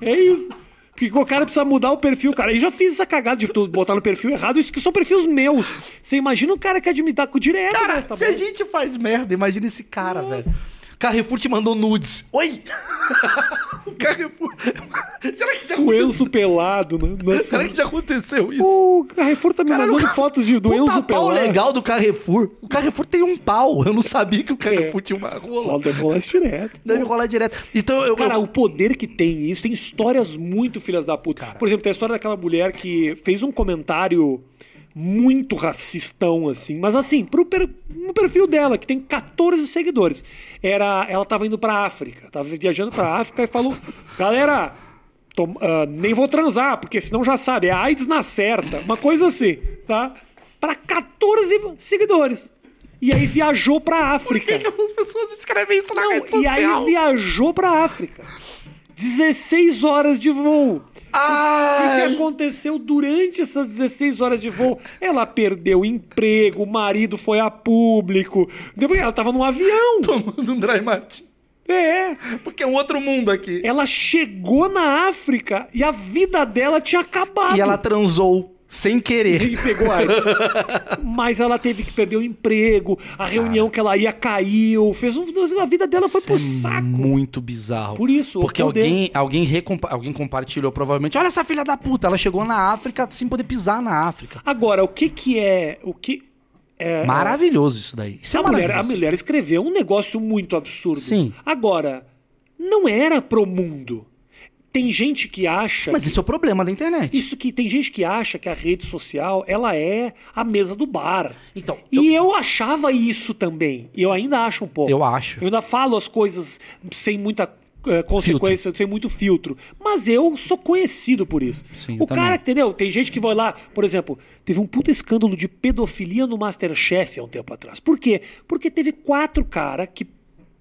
É isso. Porque o cara precisa mudar o perfil, cara. E já fiz essa cagada de tu botar no perfil errado. Isso que são perfis meus. Você imagina um cara que admitar com direto né,
<laughs>
tá
Cara,
nessa
se a gente faz merda, imagina esse cara, velho. Carrefour te mandou nudes. Oi? <laughs> Carrefour. <laughs> Será que já
O
aconteceu?
Enzo pelado, né? Nossa,
Será que já aconteceu isso?
o Carrefour tá me
Caralho,
mandando
cara-
fotos de, do
Puta
Enzo
pau
pelado.
legal do Carrefour. O Carrefour tem um pau. Eu não sabia que o Carrefour
É.
tinha uma
Ó,
rola.
deve rolar isso é direto.
Deve rolar direto. Então eu.
Cara,
eu-
o poder que tem isso, tem histórias muito filhas da puta. Por exemplo, tem a história daquela mulher que fez um comentário muito racistão, assim, mas assim, pro per- no perfil dela, que tem 14 seguidores. Era, ela tava indo pra África, tava viajando pra África e falou: <laughs> galera, tom- ah, nem vou transar, porque senão já sabe, é AIDS na certa, uma coisa assim, tá? Pra 14 seguidores. E aí viajou pra África.
As pessoas escrevem isso na
Não,
rede
e aí
social.
viajou pra África. 16 horas de voo. O que é
Ai,
aconteceu durante essas 16 horas de voo? Ela perdeu o emprego, o marido foi a público. Depois ela tava num avião.
tomando um dry martini.
É.
Porque é um outro mundo aqui.
Ela chegou na África e a vida dela tinha acabado.
E ela transou sem querer.
E pegou a AIDS. Mas ela teve que perder o emprego, a reunião que ela ia caiu, fez um, a vida dela foi pro
Isso é
saco.
Muito bizarro.
Por isso, o
Porque
poder-
alguém, alguém, recompa- alguém compartilhou provavelmente. Olha essa filha da puta, ela chegou na África sem poder pisar na África.
Agora, o que que é, o que é,
Maravilhoso isso daí. Isso é
A mulher, a
maravilhoso.
mulher escreveu um negócio muito absurdo.
Sim.
Agora, não era pro mundo. Tem gente que acha.
Mas isso é o problema da internet.
Isso que tem gente que acha que a rede social ela é a mesa do bar.
Então,
e eu... achava isso também. E eu ainda acho um pouco.
Eu acho.
Eu ainda falo as coisas sem muita eh, consequência, sem muito filtro. Mas eu sou conhecido por isso.
Sim, eu
o cara,
também.
entendeu? Tem gente que vai lá, por exemplo, teve um puta escândalo de pedofilia no Masterchef há um tempo atrás. Por quê? Porque teve quatro caras que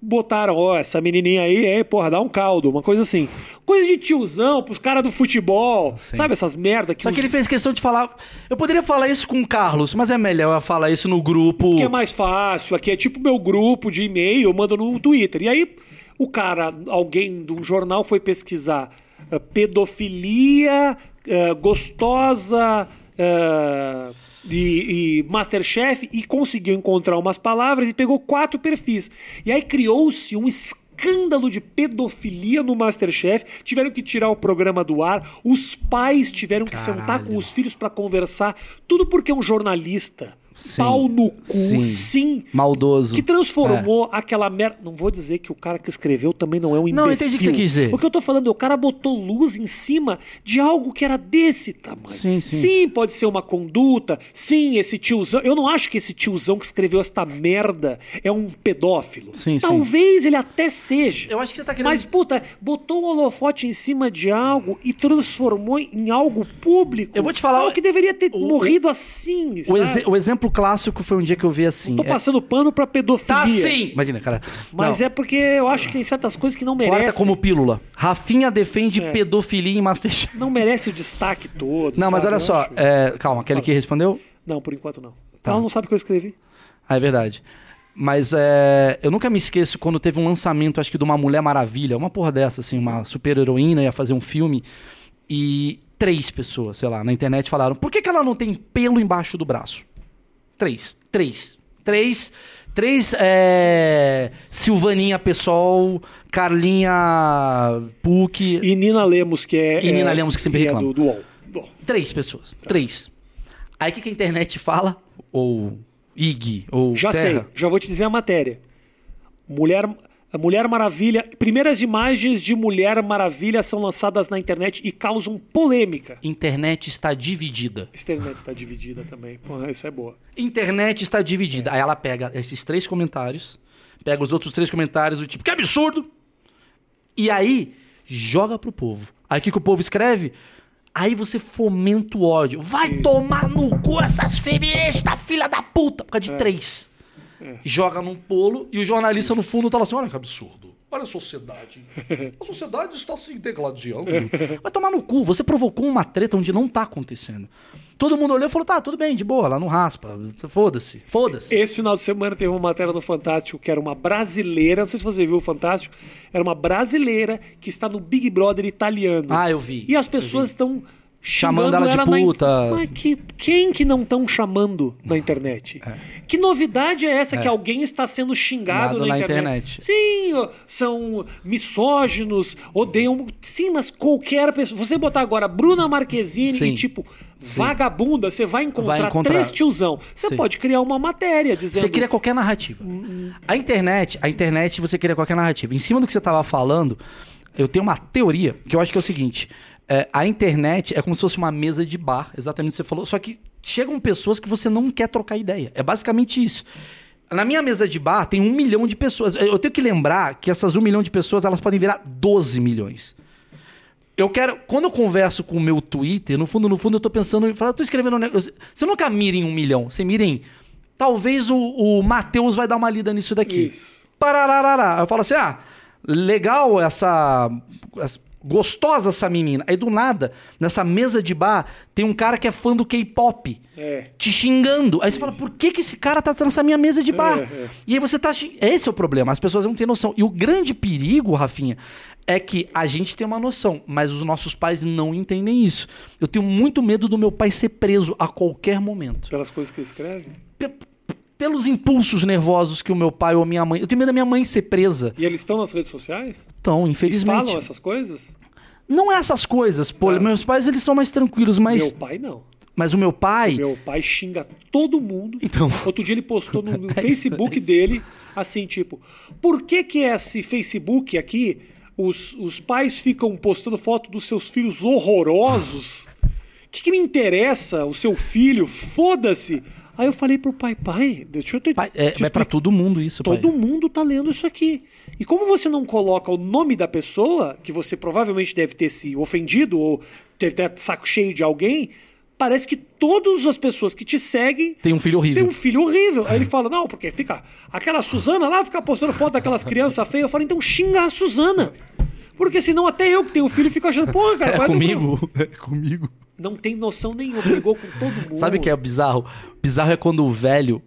botaram, ó, essa menininha aí, é, porra, dá um caldo, uma coisa assim. Coisa de tiozão pros caras do futebol, sabe? Essas merda que,
Só
os-
que ele fez questão de falar. Eu poderia falar isso com o Carlos, mas é melhor eu falar isso no grupo.
que é mais fácil, aqui é tipo meu grupo de e-mail, eu mando no Twitter. E aí o cara, alguém de um jornal foi pesquisar eh, pedofilia eh, gostosa eh, e, e Masterchef e conseguiu encontrar umas palavras e pegou quatro perfis. E aí criou-se um escândalo de pedofilia no Masterchef, tiveram que tirar o programa do ar, os pais tiveram que sentar com os filhos para conversar, tudo porque um jornalista
Sim.
pau no cu, sim.
Sim. Maldoso. É.
Que transformou aquela merda. Não vou dizer que o cara que escreveu também não é um imbecil.
Não, eu entendi o que você quis dizer.
O que eu tô falando é o cara botou luz em cima de algo que era desse tamanho.
Sim, sim.
pode ser uma conduta. Sim, esse tiozão. Eu não acho que esse tiozão que escreveu esta merda é um pedófilo.
Sim, sim.
Talvez ele até seja.
Eu acho que você tá querendo.
Mas, puta, botou o holofote em cima de algo e transformou em algo público.
Eu vou te falar-
Algo que deveria ter
o-
morrido assim,
o,
sabe?
exe- o exemplo clássico foi um dia que eu vi assim.
Tô
é-
passando pano pra pedofilia.
Tá sim! Imagina, cara.
Mas
Não.
é porque eu acho que tem certas coisas que não merecem.
Corta como pílula. Rafinha defende
É.
pedofilia em Masterchef.
Não merece o destaque todo.
Não, mas
sabe?
olha
Eu
só, Tá.
acho-
é, calma, aquele que respondeu?
Não, por enquanto não. Ela não sabe o que eu escrevi.
Ah, é verdade. Mas é, eu nunca me esqueço quando teve um lançamento, acho que de uma Mulher Maravilha, uma porra dessa, assim, uma super heroína ia fazer um filme e três pessoas, sei lá, na internet falaram: por que, que ela não tem pelo embaixo do braço? Três. Três. Três. Três. É, Silvaninha Pessoal, Carlinha Puck.
E Nina Lemos, que é.
E Nina
é-
Lemos, que sempre
é
reclama.
do, do UOL. Bom,
Três pessoas. Três. Aí o que, que a internet fala? Ou IG, ou
já
Terra.
sei, já vou te dizer a matéria. Mulher. a Mulher Maravilha. Primeiras imagens de Mulher Maravilha são lançadas na internet e causam polêmica.
Internet está dividida.
A internet está dividida também. Pô, isso é boa.
Internet está dividida. Aí ela pega esses três comentários, pega os outros três comentários do tipo, que absurdo! E aí joga pro povo. Aí o que, que o povo escreve? Aí você fomenta o ódio. Vai tomar no cu essas feministas, filha da puta! Por causa de três. Joga num polo e o jornalista no fundo tá lá assim: olha que absurdo.
Olha a sociedade. A sociedade está se degladiando.
Vai tomar no cu, você provocou uma treta onde não tá acontecendo. Todo mundo olhou e falou: tá, tudo bem, de boa, lá não raspa. Foda-se, foda-se.
Esse final de semana teve uma matéria no Fantástico que era uma brasileira, não sei se você viu o Fantástico, era uma brasileira que está no Big Brother italiano.
Ah, eu vi,
E as
eu
pessoas estão
Chamando
xingando
ela de
na in-
puta.
Mas que, quem que não estão chamando na internet? Que novidade é essa que alguém está sendo xingado
Xingado
na,
na
internet?
internet.
Sim, ó, são misóginos, odeiam. Sim, mas qualquer pessoa. Você botar agora Bruna Marquezine
Sim.
e tipo vagabunda, você vai encontrar,
encontrar.
três tiozão. Você
Sim.
pode criar uma matéria dizendo.
Você cria qualquer narrativa. A internet, a internet você cria qualquer narrativa. Em cima do que você tava falando, eu tenho uma teoria que eu acho que é o seguinte: é, a internet é como se fosse uma mesa de bar, exatamente o que você falou, só que chegam pessoas que você não quer trocar ideia. É basicamente isso. Na minha mesa de bar tem um milhão de pessoas. Eu tenho que lembrar que essas um milhão de pessoas elas podem virar 12 milhões. Eu quero. Quando eu converso com o meu Twitter, no fundo, no fundo, eu tô pensando em falar, eu tô escrevendo um negócio. Você nunca mira em um milhão, você mira em. Talvez o, o Matheus vai dar uma lida nisso daqui.
Isso.
Parararará. Eu falo assim: ah, legal essa. essa- gostosa essa menina. Aí do nada, nessa mesa de bar, tem um cara que é fã do K-pop.
É.
Te xingando. Aí você fala, por que, que esse cara tá nessa minha mesa de bar?
É, é.
E aí você tá. xing- Esse é o problema. As pessoas não têm noção. E o grande perigo, Rafinha, é que a gente tem uma noção, mas os nossos pais não entendem isso. Eu tenho muito medo do meu pai ser preso a qualquer momento.
Pelas coisas que ele escreve.
Pe- Pelos impulsos nervosos que o meu pai ou a minha mãe. Eu tenho medo da minha mãe ser presa.
E eles estão nas redes sociais?
Então,
Eles
infelizmente.
falam essas coisas?
Não é essas coisas, pô. Meus pais, eles são mais tranquilos, mas,
Meu pai não.
mas o meu pai.
Meu pai xinga todo mundo.
Então. É
Outro dia ele postou no,
<laughs>
no Facebook dele, assim, tipo, por que que esse Facebook aqui, os, os pais ficam postando foto dos seus filhos horrorosos? O que, que me interessa o seu filho? Foda-se! Aí eu falei pro pai, pai, deixa eu te,
Pai, é,
te
é pra
explicar.
todo mundo isso, pai.
Todo mundo tá lendo isso aqui. E como você não coloca o nome da pessoa, que você provavelmente deve ter se ofendido ou deve ter saco cheio de alguém, parece que todas as pessoas que te seguem
Tem um filho horrível.
têm um filho horrível. Aí ele fala, não, porque fica. Aquela Suzana lá fica postando foto daquelas crianças feias. Eu falo, então xinga a Suzana. Porque senão até eu que tenho filho fico achando, porra, cara,
É
vai do-
comigo. <laughs> É comigo.
Não tem noção nenhuma, brigou com todo mundo.
Sabe o que é bizarro? Bizarro é quando o velho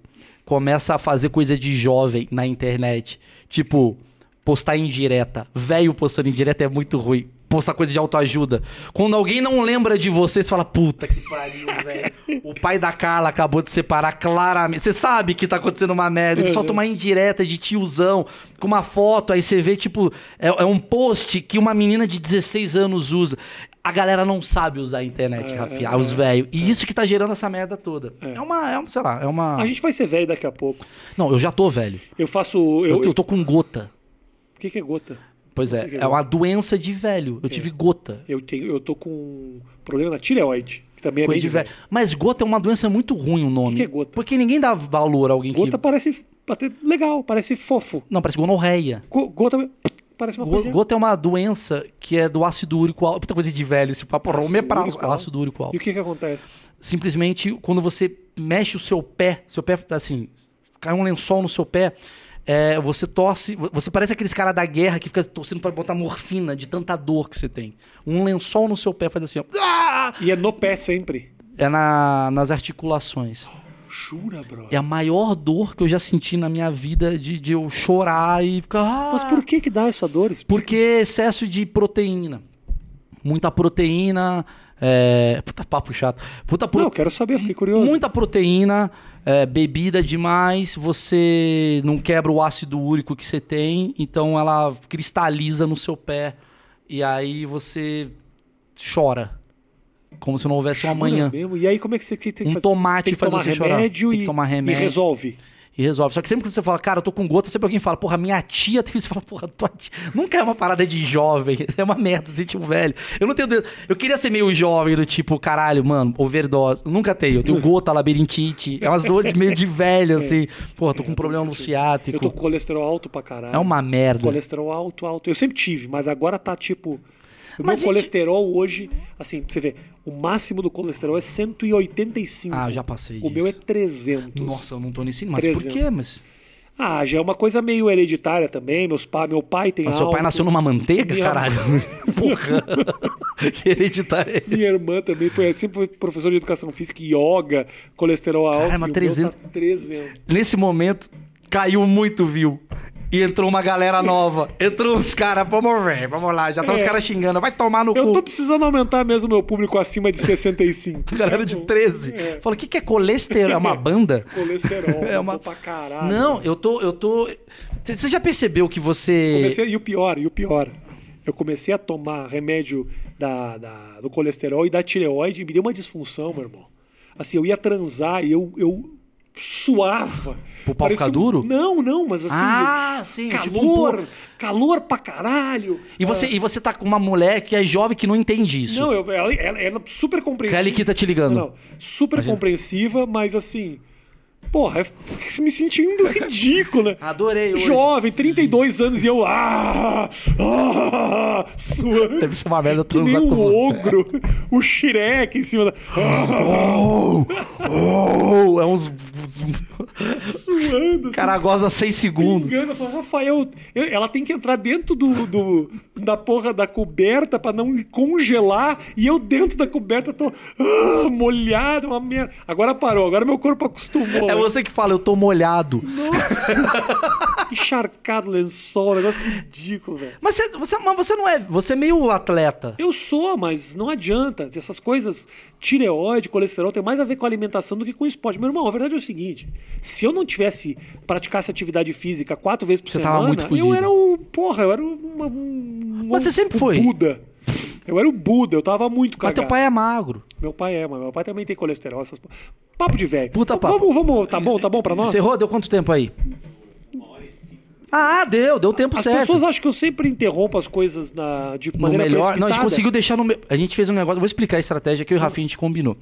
começa a fazer coisa de jovem na internet. Tipo, postar indireta. Velho postando indireta é muito ruim. Postar coisa de autoajuda. Quando alguém não lembra de você, você fala, puta que pariu, velho. O pai da Carla acabou de separar claramente. Você sabe que tá acontecendo uma merda. Ele solta uma indireta de tiozão, com uma foto, aí você vê, tipo, é, é um post que uma menina de 16 anos usa. A galera não sabe usar a internet,
É,
Rafinha. os velhos. E isso que tá gerando essa merda toda. É, uma, é um, sei lá, é uma.
A gente vai ser velho daqui a pouco.
Não, eu já tô velho.
Eu faço.
Eu,
Eu,
eu tô com gota.
O que, que é gota? É.
Pois
sei o que
é,
é
é uma doença de velho. Eu tive gota.
Eu, tenho, eu tô com problema na tireoide, que também é
Coisa
meio
de velho. Mas gota é uma doença muito ruim o nome.
que é gota?
Porque ninguém dá valor a alguém
Gota
que.
parece até legal, parece fofo.
Não, parece gonorreia.
Go- Gota parece uma
Go-
coisa.
Gota é uma doença que é do ácido úrico alto. Puta coisa de velho esse papo. Rome é pra
úrico alto.
ácido úrico alto.
E o que que acontece?
Simplesmente quando você mexe o seu pé, seu pé, assim, cai um lençol no seu pé, é, você torce. vo- Você parece aqueles cara da guerra que fica torcendo pra botar morfina de tanta dor que você tem. Um lençol no seu pé faz assim, ó. Ah!
E é no pé sempre.
É na- nas articulações.
Jura, bro.
É a maior dor que eu já senti na minha vida de, de eu chorar e ficar. "Ah!"
Mas por que que dá essa dor?
Porque é excesso de proteína. Muita proteína. É... Puta papo chato. Puta pro-
Não, eu quero saber, eu fiquei curioso.
Muita proteína, é, bebida demais, você não quebra o ácido úrico que você tem, então ela cristaliza no seu pé. E aí você chora. Como se não houvesse um
Jura
amanhã.
Mesmo? E aí como é que você tem que
Um
fazer?
tomate
tem que
faz
tomar
você chorar.
remédio
Tem
E,
que tomar remédio.
E resolve.
E resolve. Só que sempre que você fala, cara, eu tô com gota, sempre alguém fala, porra, minha tia tem <laughs> isso. Você fala, porra, tua tia. Nunca é uma parada de jovem. <laughs> É uma merda, assim, tipo, velho. Eu não tenho. doença. Eu queria ser meio jovem, do tipo, caralho, mano, overdose. Eu Nunca tenho. Eu tenho gota, labirintite. É umas dores meio de
<laughs> É.
velho, assim. Porra, tô com um problema no ciático.
assim. Eu tô com colesterol alto pra caralho.
É uma merda.
Colesterol alto, alto. Eu sempre tive, mas agora tá tipo. O meu
Mas, gente-
colesterol hoje, assim, pra você ver, o máximo do colesterol é 185.
Ah, eu já passei
O meu é
disso.
300.
Nossa, eu não tô nesse. Mas por
300.
quê? Mas.
Ah, já é uma coisa meio hereditária também. Meus pa... Meu pai tem
Mas Ah, seu pai
alto,
nasceu numa manteiga?
Minha-
Caralho. <laughs> Porra. que hereditário é esse?
Minha irmã também foi, sempre foi professora de educação física, yoga, colesterol alto.
Caramba,
e o meu
300.
Tá 300.
Nesse momento, caiu muito view. E entrou uma galera nova. Entrou uns caras, vamos ver, vamos lá. Já tá os caras xingando, vai tomar no
Eu
cu.
tô precisando aumentar mesmo meu público acima de 65.
Galera de 13. Fala, o que, que é colesterol? É uma banda?
Colesterol.
É uma-
tô pra caralho.
Não, eu tô. Eu tô. C- Você já percebeu que você.
Comecei- e o pior, e o pior. Eu comecei a tomar remédio da, da- do colesterol e da tireoide e me deu uma disfunção, meu irmão. Assim, eu ia transar e eu, eu suava.
O pau
Parecia
ficar
um-
duro?
Não, não, mas assim.
Ah,
s-
sim, tipo um
Calor,
porco.
calor pra caralho.
E você, e você tá com uma mulher que é jovem que não entende isso.
Não, eu, ela, ela, ela é super compreensiva.
Kelly que tá te ligando.
Não, não, super compreensiva, mas assim. Porra, eu- me
<laughs>
sentindo ridícula.
Adorei hoje.
Jovem, 32 anos e eu. Ah! ah suando.
Deve ser uma merda
que nem
transar com
o
os-
ogro, <laughs> o Shrek em cima da. Ah,
Oh, é uns. uns-
suando, assim,
cara goza 6 segundos.
Engana, fala, Rafael, eu- ela tem que entrar dentro do, do- da porra da coberta pra não congelar e eu dentro da coberta tô ah, molhado, uma merda. Agora parou, agora meu corpo acostumou.
É você que fala, eu tô molhado.
<laughs> Encharcado lençol, um negócio ridículo, velho.
Mas você, você, mas você não é. Você é meio atleta.
Eu sou, mas não adianta. Essas coisas, tireoide, colesterol, tem mais a ver com alimentação do que com esporte. Meu irmão, a verdade é o seguinte: se eu não tivesse, praticasse atividade física quatro vezes por
Você tava
semana,
muito fudido.
eu era o. Porra, eu era uma- um.
Mas você sempre
um
foi.
Buda. Eu era o Buda, eu tava muito
Mas
cagado.
teu pai é magro.
Meu pai é, mas meu pai também tem colesterol. Essas... po- Papo de velho.
Puta
Vamos-
papo.
Vamos, vamos, tá bom, tá bom
<laughs>
pra nós?
Encerrou? Deu quanto tempo aí? Ah, deu, deu tempo
As
certo.
pessoas acham que eu sempre interrompo as coisas na, de
No
maneira
melhor. Não, a gente
precipitada.
conseguiu deixar no. me- A gente fez um negócio. eu Vou explicar a estratégia que eu e o Rafinha a gente combinou.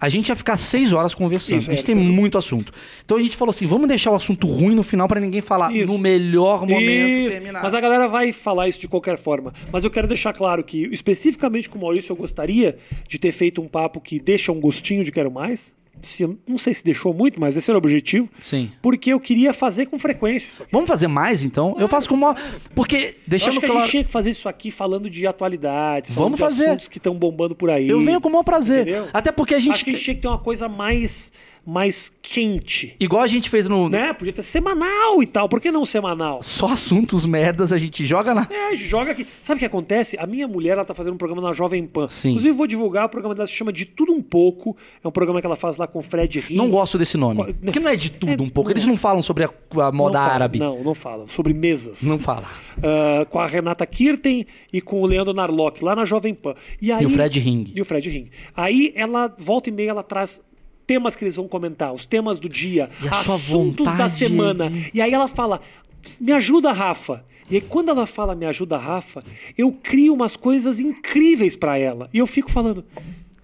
A gente ia ficar seis horas conversando.
Isso,
a gente
é,
tem
isso.
muito assunto. Então a gente falou assim: vamos deixar o assunto ruim no final pra ninguém falar.
Isso.
No melhor um momento
Isso.
terminar.
Mas a galera vai falar isso de qualquer forma. Mas eu quero deixar claro que, especificamente com o Maurício, eu gostaria de ter feito um papo que deixa um gostinho de quero mais. Se, não sei se deixou muito, mas esse era o objetivo.
Sim.
Porque eu queria fazer com frequência isso aqui.
Vamos fazer mais então? eu faço com o maior. Porque,
Eu
deixando
acho que a
claro.
gente tinha que fazer isso aqui falando de atualidades, falando
Vamos
de
fazer.
assuntos que estão bombando por aí.
Eu venho com o maior prazer.
Entendeu?
Até porque a gente.
Acho que a gente tinha que ter uma coisa mais, mais quente.
Igual a gente fez no.
Né? Podia ter semanal e tal. Por que não semanal?
Só assuntos merdas a gente joga na.
É, joga aqui. Sabe o que acontece? A minha mulher, ela tá fazendo um programa na Jovem Pan.
Sim.
Inclusive, vou divulgar, o programa dela se chama De Tudo Um Pouco. É um programa que ela faz lá com o Fred Rio.
Não gosto desse nome.
Qual- né?
Porque não é de tudo
É,
um pouco.
não
Eles
é.
não falam sobre a, a moda
fala,
árabe.
Não, não fala. Sobre mesas.
Não fala.
Ah, com a Renata Kirten e com o Leandro Narlock, lá na Jovem Pan. E, aí,
o Fred Ring.
E o Fred Ring. Aí ela volta e meia, ela traz temas que eles vão comentar, os temas do dia,
E a sua
assuntos da
vontade
semana.
de-
E aí ela fala: me ajuda, Rafa. E aí, quando ela fala me ajuda, Rafa, eu crio umas coisas incríveis pra ela. E eu fico falando.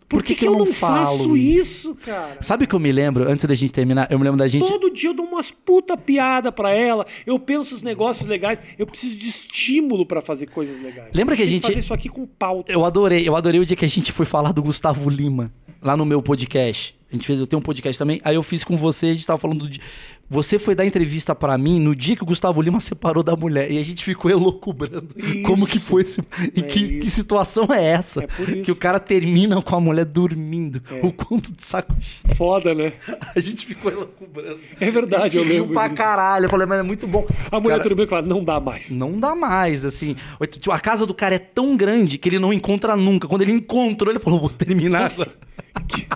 Por, que, que, eu, não faço
falo
isso, cara?
Sabe o que eu me lembro, antes da gente terminar, eu me lembro da gente.
Todo dia eu dou umas puta piada pra ela. Eu penso os negócios legais. Eu preciso de estímulo pra fazer coisas legais.
Lembra que a
tem
gente-
fazer isso aqui com pauta.
Eu adorei, eu adorei o dia que a gente foi falar do Gustavo Lima, lá no meu podcast. A gente fez, eu tenho um podcast também, aí eu fiz com você, a gente tava falando de. Você foi dar entrevista pra mim no dia que o Gustavo Lima separou da mulher. E a gente ficou elocubrando como que foi esse. E que, que
É isso.
situação é essa?
É por isso. É.
Que o cara termina com a mulher dormindo. O quanto de saco. cheio.
Foda, né?
A gente ficou elocubrando.
É verdade,
a
eu
gente riu
lembro.
pra
disso.
caralho. Eu falei, mas é muito bom.
A mulher
Cara,
dormiu e falou, não dá mais.
Não dá mais, assim. A casa do cara é tão grande que ele não encontra nunca. Quando ele encontrou, ele falou: vou terminar.
Nossa, que-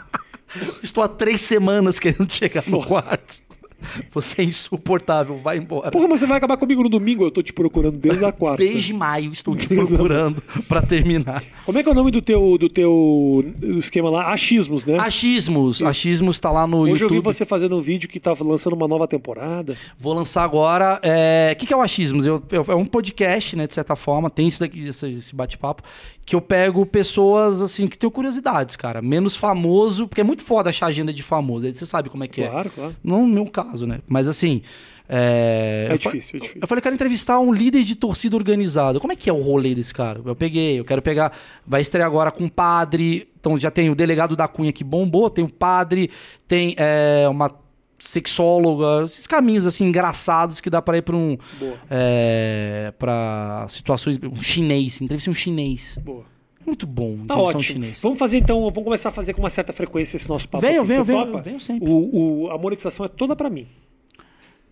Estou há três semanas querendo chegar no
Nossa.
quarto. <laughs> Você é insuportável, vai embora.
Porra, mas você vai acabar comigo no domingo? Eu tô te procurando desde a quarta.
Desde maio estou te procurando pra terminar.
Como é que é o nome do teu, do teu esquema lá? Achismos, né?
Achismos. Achismos tá lá no
Hoje eu
YouTube.
vi você fazendo um vídeo que tava lançando uma nova temporada.
Vou lançar agora. é, O que, que é o Achismos? Eu- eu- é um podcast, né? De certa forma, tem isso daqui, esse, esse bate-papo, que eu pego pessoas assim que têm curiosidades, cara. Menos famoso, porque é muito foda achar agenda de famoso. aí Você sabe como é que é.
Claro, claro.
Não no meu caso, né? Mas assim. É,
É
eu fa-
difícil, é difícil.
Eu falei, quero entrevistar um líder de torcida organizada. Como é que é o rolê desse cara? Eu peguei, eu quero pegar. Vai estrear agora com um o padre. Então já tem o delegado da Cunha que bombou, tem o padre, tem é, uma sexóloga, esses caminhos assim engraçados que dá pra ir pra um
Boa.
é, para situações um chinês, entrevista um chinês.
Boa.
É Muito bom,
Tá
entrevistar um
ótimo.
chinês.
Vamos fazer então, vamos começar a fazer com uma certa frequência esse nosso papo.
Venham,
aqui. Você
venham, venham,
topa?
venham sempre.
O, o- a monetização é toda pra mim.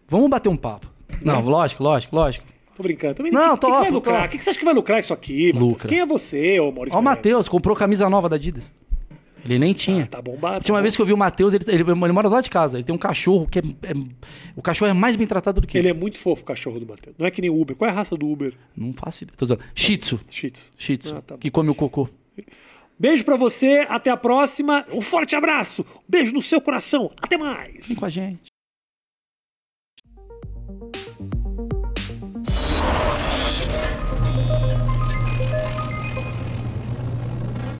Vamos bater um papo. Não,
Né?
lógico, lógico, lógico.
Tô brincando. Também
Não,
quem- quem
topo,
vai lucrar?
topo.
Quem que você acha que vai lucrar isso aqui, Matheus?
Lucra.
Quem é você, ô Maurício?
Ó,
Pereira?
o Matheus, comprou camisa nova da Adidas. Ele nem tinha.
Tá bombado.
Tinha uma vez que eu vi o Matheus, ele, ele, ele mora lá de casa, ele tem um cachorro que é, é- O cachorro é mais bem tratado do que
Ele é muito fofo, o cachorro do Matheus. Não é que nem o Uber. Qual é a raça do Uber?
Não faço ideia. Tô zoando. Shih Tzu.
Shih Tzu.
Shih Tzu,
Ah, tá bom.
que come o cocô.
Beijo pra você, até a próxima. Um forte abraço. Beijo no seu coração. Até mais.
Vem com a gente.